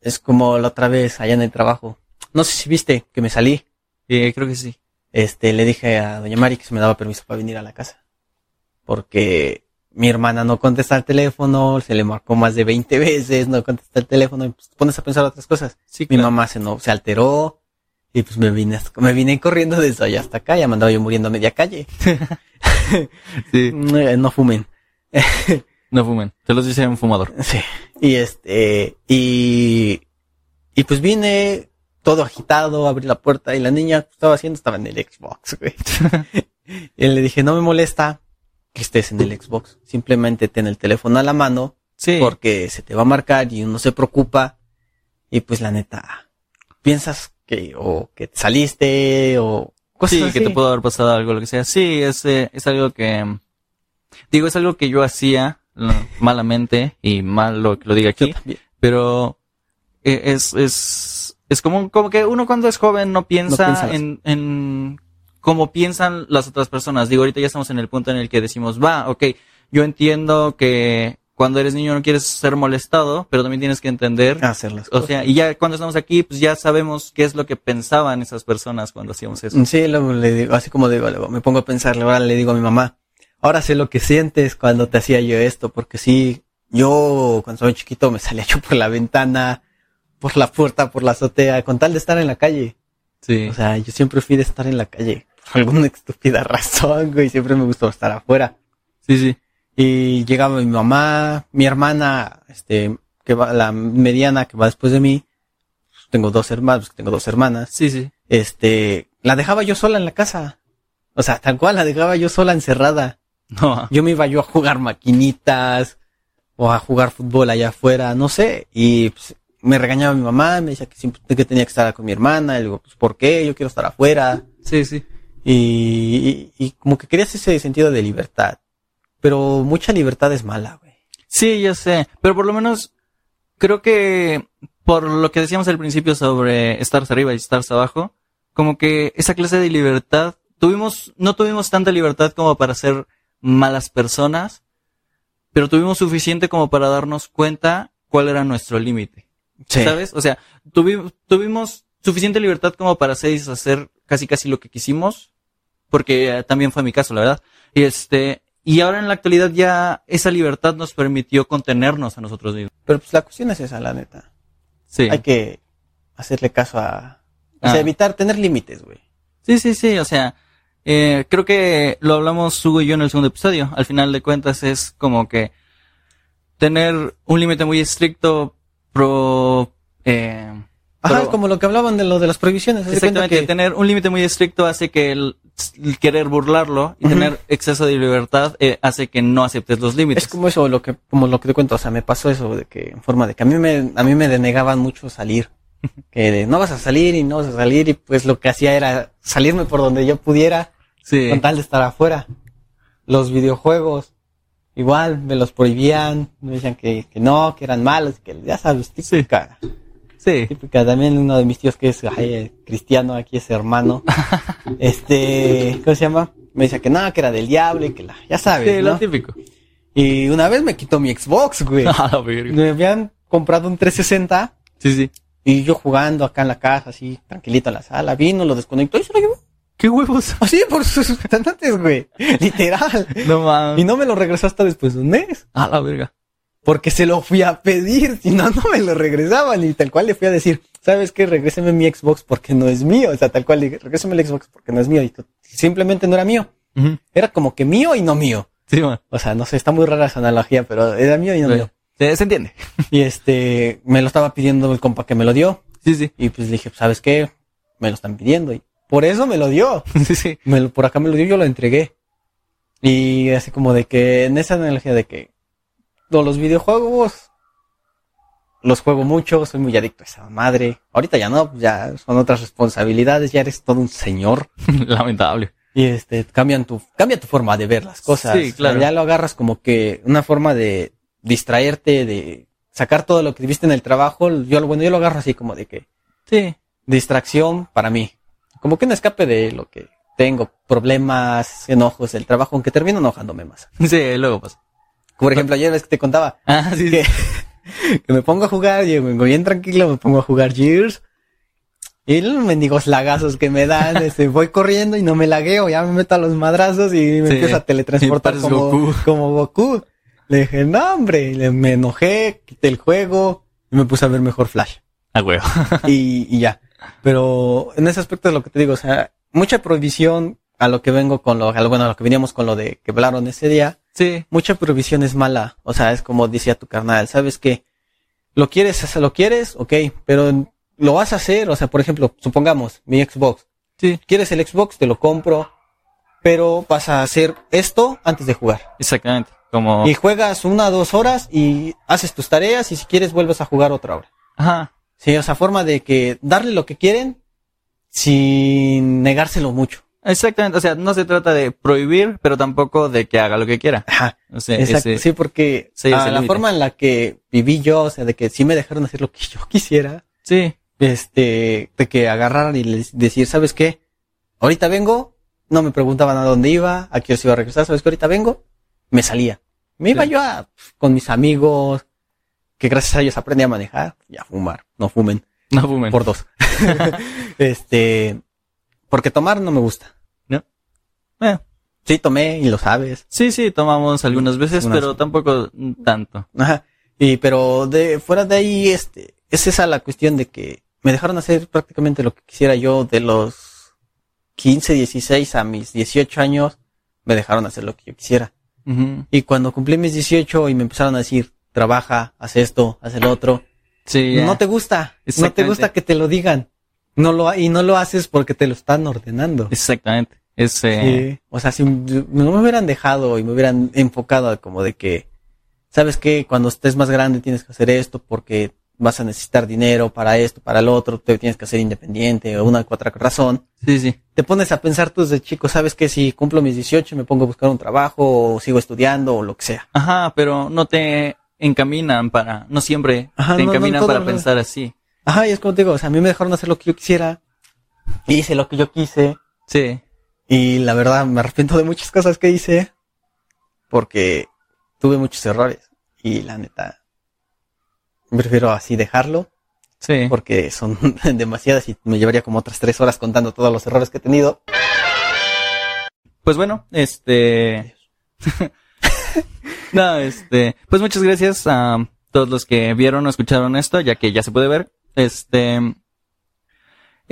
Speaker 2: Es como la otra vez allá en el trabajo. No sé si viste que me salí.
Speaker 1: Eh, creo que sí.
Speaker 2: Este, le dije a doña Mari que se me daba permiso para venir a la casa. Porque mi hermana no contesta el teléfono, se le marcó más de 20 veces, no contesta el teléfono, y pues te pones a pensar otras cosas.
Speaker 1: Sí,
Speaker 2: Mi
Speaker 1: claro.
Speaker 2: mamá se, no, se alteró y pues me vine, hasta- me vine corriendo desde allá hasta acá, ya me andaba yo muriendo a media calle.
Speaker 1: Sí,
Speaker 2: Eh, No fumen.
Speaker 1: no fumen. Te los dice un fumador.
Speaker 2: Sí. Y este, y, y pues vine todo agitado, abrí la puerta y la niña que estaba haciendo estaba en el Xbox, güey. y le dije, no me molesta que estés en el Xbox, simplemente ten el teléfono a la mano
Speaker 1: Sí.
Speaker 2: porque se te va a marcar y uno se preocupa y pues la neta, piensas que o que te saliste o cosas
Speaker 1: sí,
Speaker 2: así.
Speaker 1: que te pudo haber pasado algo, lo que sea. Sí, es, eh, es algo que... mm, Digo, es algo que yo hacía lo- malamente y mal lo que lo diga
Speaker 2: Yo
Speaker 1: aquí,
Speaker 2: también.
Speaker 1: pero eh, es, es, es como, como que uno cuando es joven no piensa,
Speaker 2: piensa las-
Speaker 1: en, en cómo piensan las otras personas. Digo, ahorita ya estamos en el punto en el que decimos, va, ok, yo entiendo que cuando eres niño no quieres ser molestado, pero también tienes que entender
Speaker 2: hacer las
Speaker 1: o
Speaker 2: cosas.
Speaker 1: sea, y ya cuando estamos aquí, pues ya sabemos qué es lo que pensaban esas personas cuando hacíamos eso.
Speaker 2: Sí, luego le digo, así como digo, luego me pongo a pensar, ahora le digo a mi mamá, ahora sé lo que sientes cuando te hacía yo esto, porque sí, yo cuando soy chiquito me salía yo por la ventana, por la puerta, por la azotea, con tal de estar en la calle.
Speaker 1: Sí.
Speaker 2: O sea, yo siempre fui de estar en la calle, por alguna estúpida razón, güey, siempre me gustó estar afuera.
Speaker 1: Sí, sí.
Speaker 2: Y llegaba mi mamá, mi hermana, este, que va, la mediana que va después de mí, tengo dos hermanos, tengo dos hermanas
Speaker 1: Sí, sí.
Speaker 2: este, la dejaba yo sola en la casa. O sea, tal cual, la dejaba yo sola encerrada.
Speaker 1: No.
Speaker 2: Yo me iba yo a jugar maquinitas o a jugar fútbol allá afuera, no sé. Y pues, me regañaba mi mamá, me decía que siempre que tenía que estar con mi hermana. Y le digo, pues, ¿por qué? Yo quiero estar afuera.
Speaker 1: Sí, sí.
Speaker 2: Y, y- y como que querías ese sentido de libertad. Pero mucha libertad es mala, güey.
Speaker 1: Sí, yo sé. Pero por lo menos creo que por lo que decíamos al principio sobre estar arriba y estar abajo, como que esa clase de libertad tuvimos, no tuvimos tanta libertad como para ser malas personas, pero tuvimos suficiente como para darnos cuenta cuál era nuestro límite. ¿Sabes? O sea, tuvi- tuvimos suficiente libertad como para hacer y deshacer casi casi lo que quisimos, porque eh, también fue mi caso, la verdad. Y este, y ahora en la actualidad ya esa libertad nos permitió contenernos a nosotros mismos.
Speaker 2: Pero pues la cuestión es esa, la neta.
Speaker 1: Sí.
Speaker 2: Hay que hacerle caso a... O sea,
Speaker 1: Ah.
Speaker 2: evitar tener límites, güey.
Speaker 1: Sí, sí, sí, o sea, eh, creo que lo hablamos Hugo y yo en el segundo episodio. Al final de cuentas es como que tener un límite muy estricto pro, eh,
Speaker 2: Ajá,
Speaker 1: Pero-
Speaker 2: como lo que hablaban de lo de las prohibiciones. haz de cuenta
Speaker 1: Exactamente,
Speaker 2: que-
Speaker 1: tener un límite muy estricto hace que el, el querer burlarlo y
Speaker 2: Ujú.
Speaker 1: tener exceso de libertad eh, hace que no aceptes los límites.
Speaker 2: es como eso, lo que, como lo que te cuento, o sea, me pasó eso de que, en forma de que a mí me, a mí me denegaban mucho salir. Que de, no vas a salir y no vas a salir y pues lo que hacía era salirme por donde yo pudiera
Speaker 1: sí,
Speaker 2: con tal de estar afuera. Los videojuegos, igual, me los prohibían, me decían que, que no, que eran malos, que ya sabes, típica,
Speaker 1: sí,
Speaker 2: típica. También uno de mis tíos que es ay, eh, cristiano, aquí es hermano, este, ¿cómo se llama? Me decía que no, que era del diablo y que la, ya sabes,
Speaker 1: Sí,
Speaker 2: ¿no?
Speaker 1: lo típico.
Speaker 2: Y una vez me quitó mi Xbox, güey.
Speaker 1: A la verga.
Speaker 2: me habían comprado un 360
Speaker 1: Sí, sí.
Speaker 2: y yo jugando acá en la casa, así, tranquilito en la sala. Vino, lo desconectó y se lo llevó.
Speaker 1: ¿Qué huevos?
Speaker 2: Así por sus tantes, güey. Literal.
Speaker 1: No
Speaker 2: Y
Speaker 1: mames.
Speaker 2: no me lo regresó hasta después de un mes.
Speaker 1: A la verga.
Speaker 2: Porque se lo fui a pedir. Si no, no me lo regresaban. Y tal cual le fui a decir, ¿sabes qué? Regréseme mi Xbox porque no es mío. O sea, tal cual le dije, regréseme el Xbox porque no es mío. Y tú- simplemente no era mío.
Speaker 1: Ujú.
Speaker 2: Era como que mío y no mío.
Speaker 1: Sí, man.
Speaker 2: O sea, no sé, está muy rara esa analogía, pero era mío y no mío.
Speaker 1: Sí, ¿Se entiende?
Speaker 2: Y este, me lo estaba pidiendo el compa que me lo dio.
Speaker 1: Sí, sí.
Speaker 2: Y pues le dije, ¿sabes qué? Me lo están pidiendo. Y por eso me lo dio.
Speaker 1: Sí, sí.
Speaker 2: Me lo- por acá me lo dio, yo lo entregué. Y así como de que, en esa analogía de que, no, los videojuegos, los juego mucho, soy muy adicto a esa madre. Ahorita ya no, ya son otras responsabilidades, ya eres todo un señor.
Speaker 1: Lamentable.
Speaker 2: Y este, cambian tu, cambia tu forma de ver las cosas.
Speaker 1: Sí, claro.
Speaker 2: O sea, ya lo agarras como que una forma de distraerte, de sacar todo lo que viste en el trabajo. Yo, lo- bueno, yo lo agarro así como de que
Speaker 1: Sí.
Speaker 2: distracción para mí. Como que un escape de lo que tengo, problemas, enojos, el trabajo, aunque termino enojándome más.
Speaker 1: Sí, luego pasa.
Speaker 2: Por ejemplo, ayer ves que te contaba
Speaker 1: Ah, sí, sí.
Speaker 2: que me pongo a jugar, yo vengo bien tranquilo, me pongo a jugar Gears. Y los mendigos lagazos que me dan, este, voy corriendo y no me lagueo, ya me meto a los madrazos y me
Speaker 1: Sí.
Speaker 2: empiezo a teletransportar
Speaker 1: Y pareces
Speaker 2: como
Speaker 1: Goku.
Speaker 2: Goku. como Goku. Le dije, no hombre, y le- me enojé, quité el juego y me puse a ver mejor Flash.
Speaker 1: A huevo.
Speaker 2: y, y ya. Pero en ese aspecto es lo que te digo, o sea, mucha provisión a lo que vengo con lo, a lo- bueno, a lo que veníamos con lo de que hablaron ese día,
Speaker 1: Sí.
Speaker 2: mucha provisión es mala. O sea, es como decía tu carnal, ¿sabes qué? Lo quieres, o sea, lo quieres, ok, pero lo vas a hacer, o sea, por ejemplo, supongamos, mi Xbox.
Speaker 1: Sí.
Speaker 2: ¿Quieres el Xbox? Te lo compro, pero vas a hacer esto antes de jugar.
Speaker 1: Exactamente. Como.
Speaker 2: Y juegas una o dos horas y haces tus tareas y si quieres vuelves a jugar otra hora.
Speaker 1: Ajá.
Speaker 2: Sí, o sea, forma de que darle lo que quieren sin negárselo mucho.
Speaker 1: Exactamente. O sea, no se trata de prohibir, pero tampoco de que haga lo que quiera.
Speaker 2: Ajá.
Speaker 1: O sea,
Speaker 2: Exacto,
Speaker 1: ese-
Speaker 2: sí, porque
Speaker 1: sí, ese
Speaker 2: ah, la
Speaker 1: límite.
Speaker 2: forma en la que viví yo, o sea, de que sí me dejaron hacer lo que yo quisiera,
Speaker 1: sí.
Speaker 2: este, de que agarrar y les- decir, ¿sabes qué? Ahorita vengo, no me preguntaban a dónde iba, a qué hora se iba a regresar, ¿sabes qué? Ahorita vengo, me salía. Me iba
Speaker 1: Sí.
Speaker 2: yo a, pues, con mis amigos, que gracias a ellos aprendí a manejar y a fumar, no fumen,
Speaker 1: No fumen.
Speaker 2: por dos. este, porque tomar no me gusta.
Speaker 1: Eh,
Speaker 2: Sí, tomé y lo sabes.
Speaker 1: sí, sí, tomamos algunas veces,
Speaker 2: Unas-
Speaker 1: pero tampoco tanto.
Speaker 2: Ajá. Y pero de fuera de ahí, este, es esa la cuestión de que me dejaron hacer prácticamente lo que quisiera yo de los 15, 16 a mis 18 años, me dejaron hacer lo que yo quisiera.
Speaker 1: Ujú.
Speaker 2: Y cuando cumplí mis 18 y me empezaron a decir, trabaja, haz esto, haz el otro,
Speaker 1: Sí. ya.
Speaker 2: no te gusta, no te
Speaker 1: Exactamente.
Speaker 2: gusta que te lo digan. No lo, ha- y no lo haces porque te lo están ordenando.
Speaker 1: Exactamente. eh, Ese.
Speaker 2: Sí, O sea, si no me hubieran dejado y me hubieran enfocado a como de que, sabes que cuando estés más grande tienes que hacer esto porque vas a necesitar dinero para esto, para el otro, te tienes que hacer independiente o una u otra razón.
Speaker 1: Sí, sí.
Speaker 2: Te pones a pensar tú desde chico, sabes que si cumplo mis 18 me pongo a buscar un trabajo o sigo estudiando o lo que sea.
Speaker 1: Ajá, pero no te encaminan para, no siempre
Speaker 2: Ajá,
Speaker 1: te
Speaker 2: no, no,
Speaker 1: encaminan
Speaker 2: todo
Speaker 1: para
Speaker 2: lo-
Speaker 1: pensar así.
Speaker 2: Ajá, y es como te digo, o sea, a mí me dejaron hacer lo que yo quisiera, hice lo que yo quise
Speaker 1: Sí,
Speaker 2: y la verdad me arrepiento de muchas cosas que hice porque tuve muchos errores y la neta prefiero así dejarlo
Speaker 1: sí.
Speaker 2: porque son demasiadas y me llevaría como otras tres horas contando todos los errores que he tenido.
Speaker 1: Pues bueno, este. no, este. Pues muchas gracias a todos los que vieron o escucharon esto, ya que ya se puede ver. Este.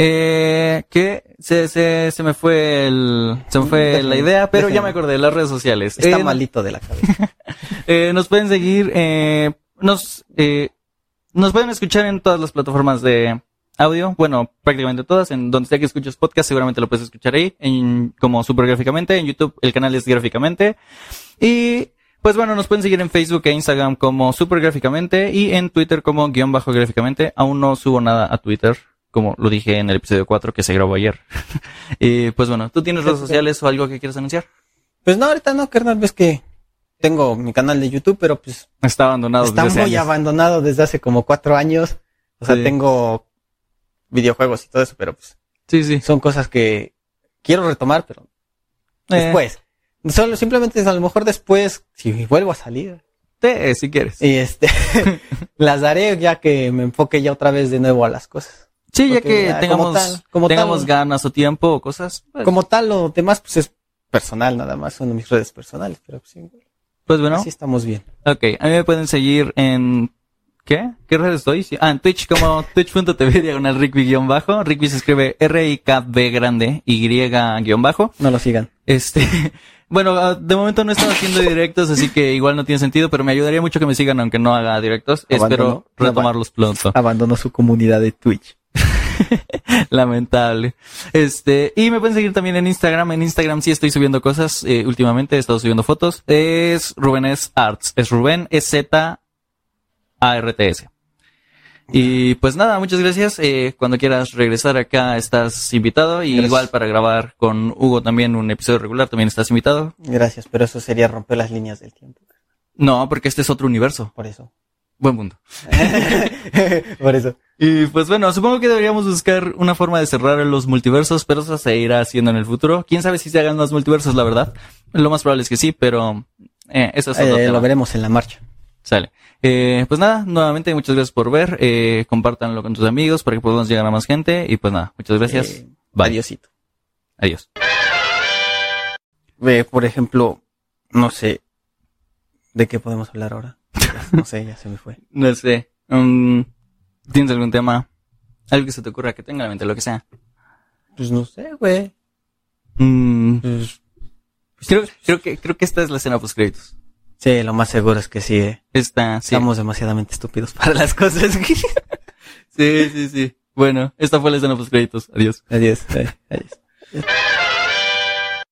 Speaker 1: Eh, que se, se, se me fue el, se me fue la idea, pero ya me acordé, las redes sociales.
Speaker 2: Está
Speaker 1: Eh,
Speaker 2: malito de la cabeza.
Speaker 1: Eh, nos pueden seguir, eh, nos, eh, nos pueden escuchar en todas las plataformas de audio, bueno, prácticamente todas, en donde sea que escuches podcast, seguramente lo puedes escuchar ahí, en, como super gráficamente, en YouTube el canal es gráficamente, y pues bueno, nos pueden seguir en Facebook e Instagram como super gráficamente y en Twitter como guión bajo gráficamente, aún no subo nada a Twitter, como lo dije en el episodio 4 que se grabó ayer. y pues bueno, ¿tú tienes redes sociales o algo que quieres anunciar?
Speaker 2: Pues no, ahorita no, carnal, ves que tengo mi canal de YouTube, pero pues
Speaker 1: Está abandonado.
Speaker 2: está
Speaker 1: desde hace
Speaker 2: muy
Speaker 1: años.
Speaker 2: abandonado desde hace como cuatro años. O sea,
Speaker 1: Sí.
Speaker 2: tengo videojuegos y todo eso, pero pues
Speaker 1: Sí, sí.
Speaker 2: son cosas que quiero retomar, pero
Speaker 1: Eh,
Speaker 2: después. Solo simplemente a lo mejor después, si vuelvo a salir,
Speaker 1: te- eh, si quieres.
Speaker 2: y este las daré ya que me enfoque ya otra vez de nuevo a las cosas.
Speaker 1: Sí, ya
Speaker 2: Porque
Speaker 1: que
Speaker 2: ya,
Speaker 1: tengamos,
Speaker 2: como tal, como
Speaker 1: tengamos
Speaker 2: tal.
Speaker 1: ganas o tiempo o cosas, pues,
Speaker 2: Como tal, lo demás pues es personal nada más, son mis redes personales, pero pues, sí,
Speaker 1: pues bueno.
Speaker 2: así estamos bien.
Speaker 1: Ok, a mí me pueden seguir en... ¿Qué? ¿Qué redes estoy? Sí, Ah, en Twitch como twitch.tv diagonal rikby-bajo. Rikby se escribe R-I-K-B grande, Y-bajo.
Speaker 2: No lo sigan.
Speaker 1: Este, bueno, ah, de momento no he estado haciendo directos, así que igual no tiene sentido, pero me ayudaría mucho que me sigan aunque no haga directos.
Speaker 2: Abandono.
Speaker 1: Espero retomarlos pronto.
Speaker 2: Abandonó su comunidad de Twitch.
Speaker 1: Lamentable. Este, y me pueden seguir también en Instagram. En Instagram sí estoy subiendo cosas. eh, últimamente he estado subiendo fotos. Es Rubénes Arts. Es Rubén es Z A R T S. Y pues nada, muchas gracias. Eh, cuando quieras regresar acá estás invitado. Y
Speaker 2: Gracias.
Speaker 1: igual para grabar con Hugo también un episodio regular también estás invitado.
Speaker 2: Gracias, pero eso sería romper las líneas del tiempo,
Speaker 1: No, porque este es otro universo.
Speaker 2: por eso.
Speaker 1: Buen punto.
Speaker 2: por eso.
Speaker 1: Y pues bueno, supongo que deberíamos buscar una forma de cerrar los multiversos, pero eso se irá haciendo en el futuro. Quién sabe si se hagan más multiversos, la verdad. Lo más probable es que sí, pero eh, eso es otro
Speaker 2: Eh,
Speaker 1: tema.
Speaker 2: lo veremos en la marcha.
Speaker 1: Sale. Eh, pues nada, nuevamente muchas gracias por ver. Eh, compártanlo con tus amigos para que podamos llegar a más gente. Y pues nada, muchas gracias.
Speaker 2: Eh,
Speaker 1: Bye.
Speaker 2: Adiosito.
Speaker 1: Adiós.
Speaker 2: Ve, por ejemplo, no sé. ¿De qué podemos hablar ahora? Ya- No sé, ya se me fue.
Speaker 1: No sé. mm, ¿Tienes algún tema? Algo que se te ocurra que tenga en la mente, lo que sea.
Speaker 2: Pues no sé, güey.
Speaker 1: Mm,
Speaker 2: Pues,
Speaker 1: creo, creo, que, creo que esta es la escena post créditos.
Speaker 2: sí, lo más seguro es que sí, eh.
Speaker 1: Esta, sí.
Speaker 2: Estamos demasiadamente estúpidos para las cosas.
Speaker 1: Sí, sí, sí. Bueno, esta fue la escena post créditos. Adiós.
Speaker 2: adiós, eh, adiós.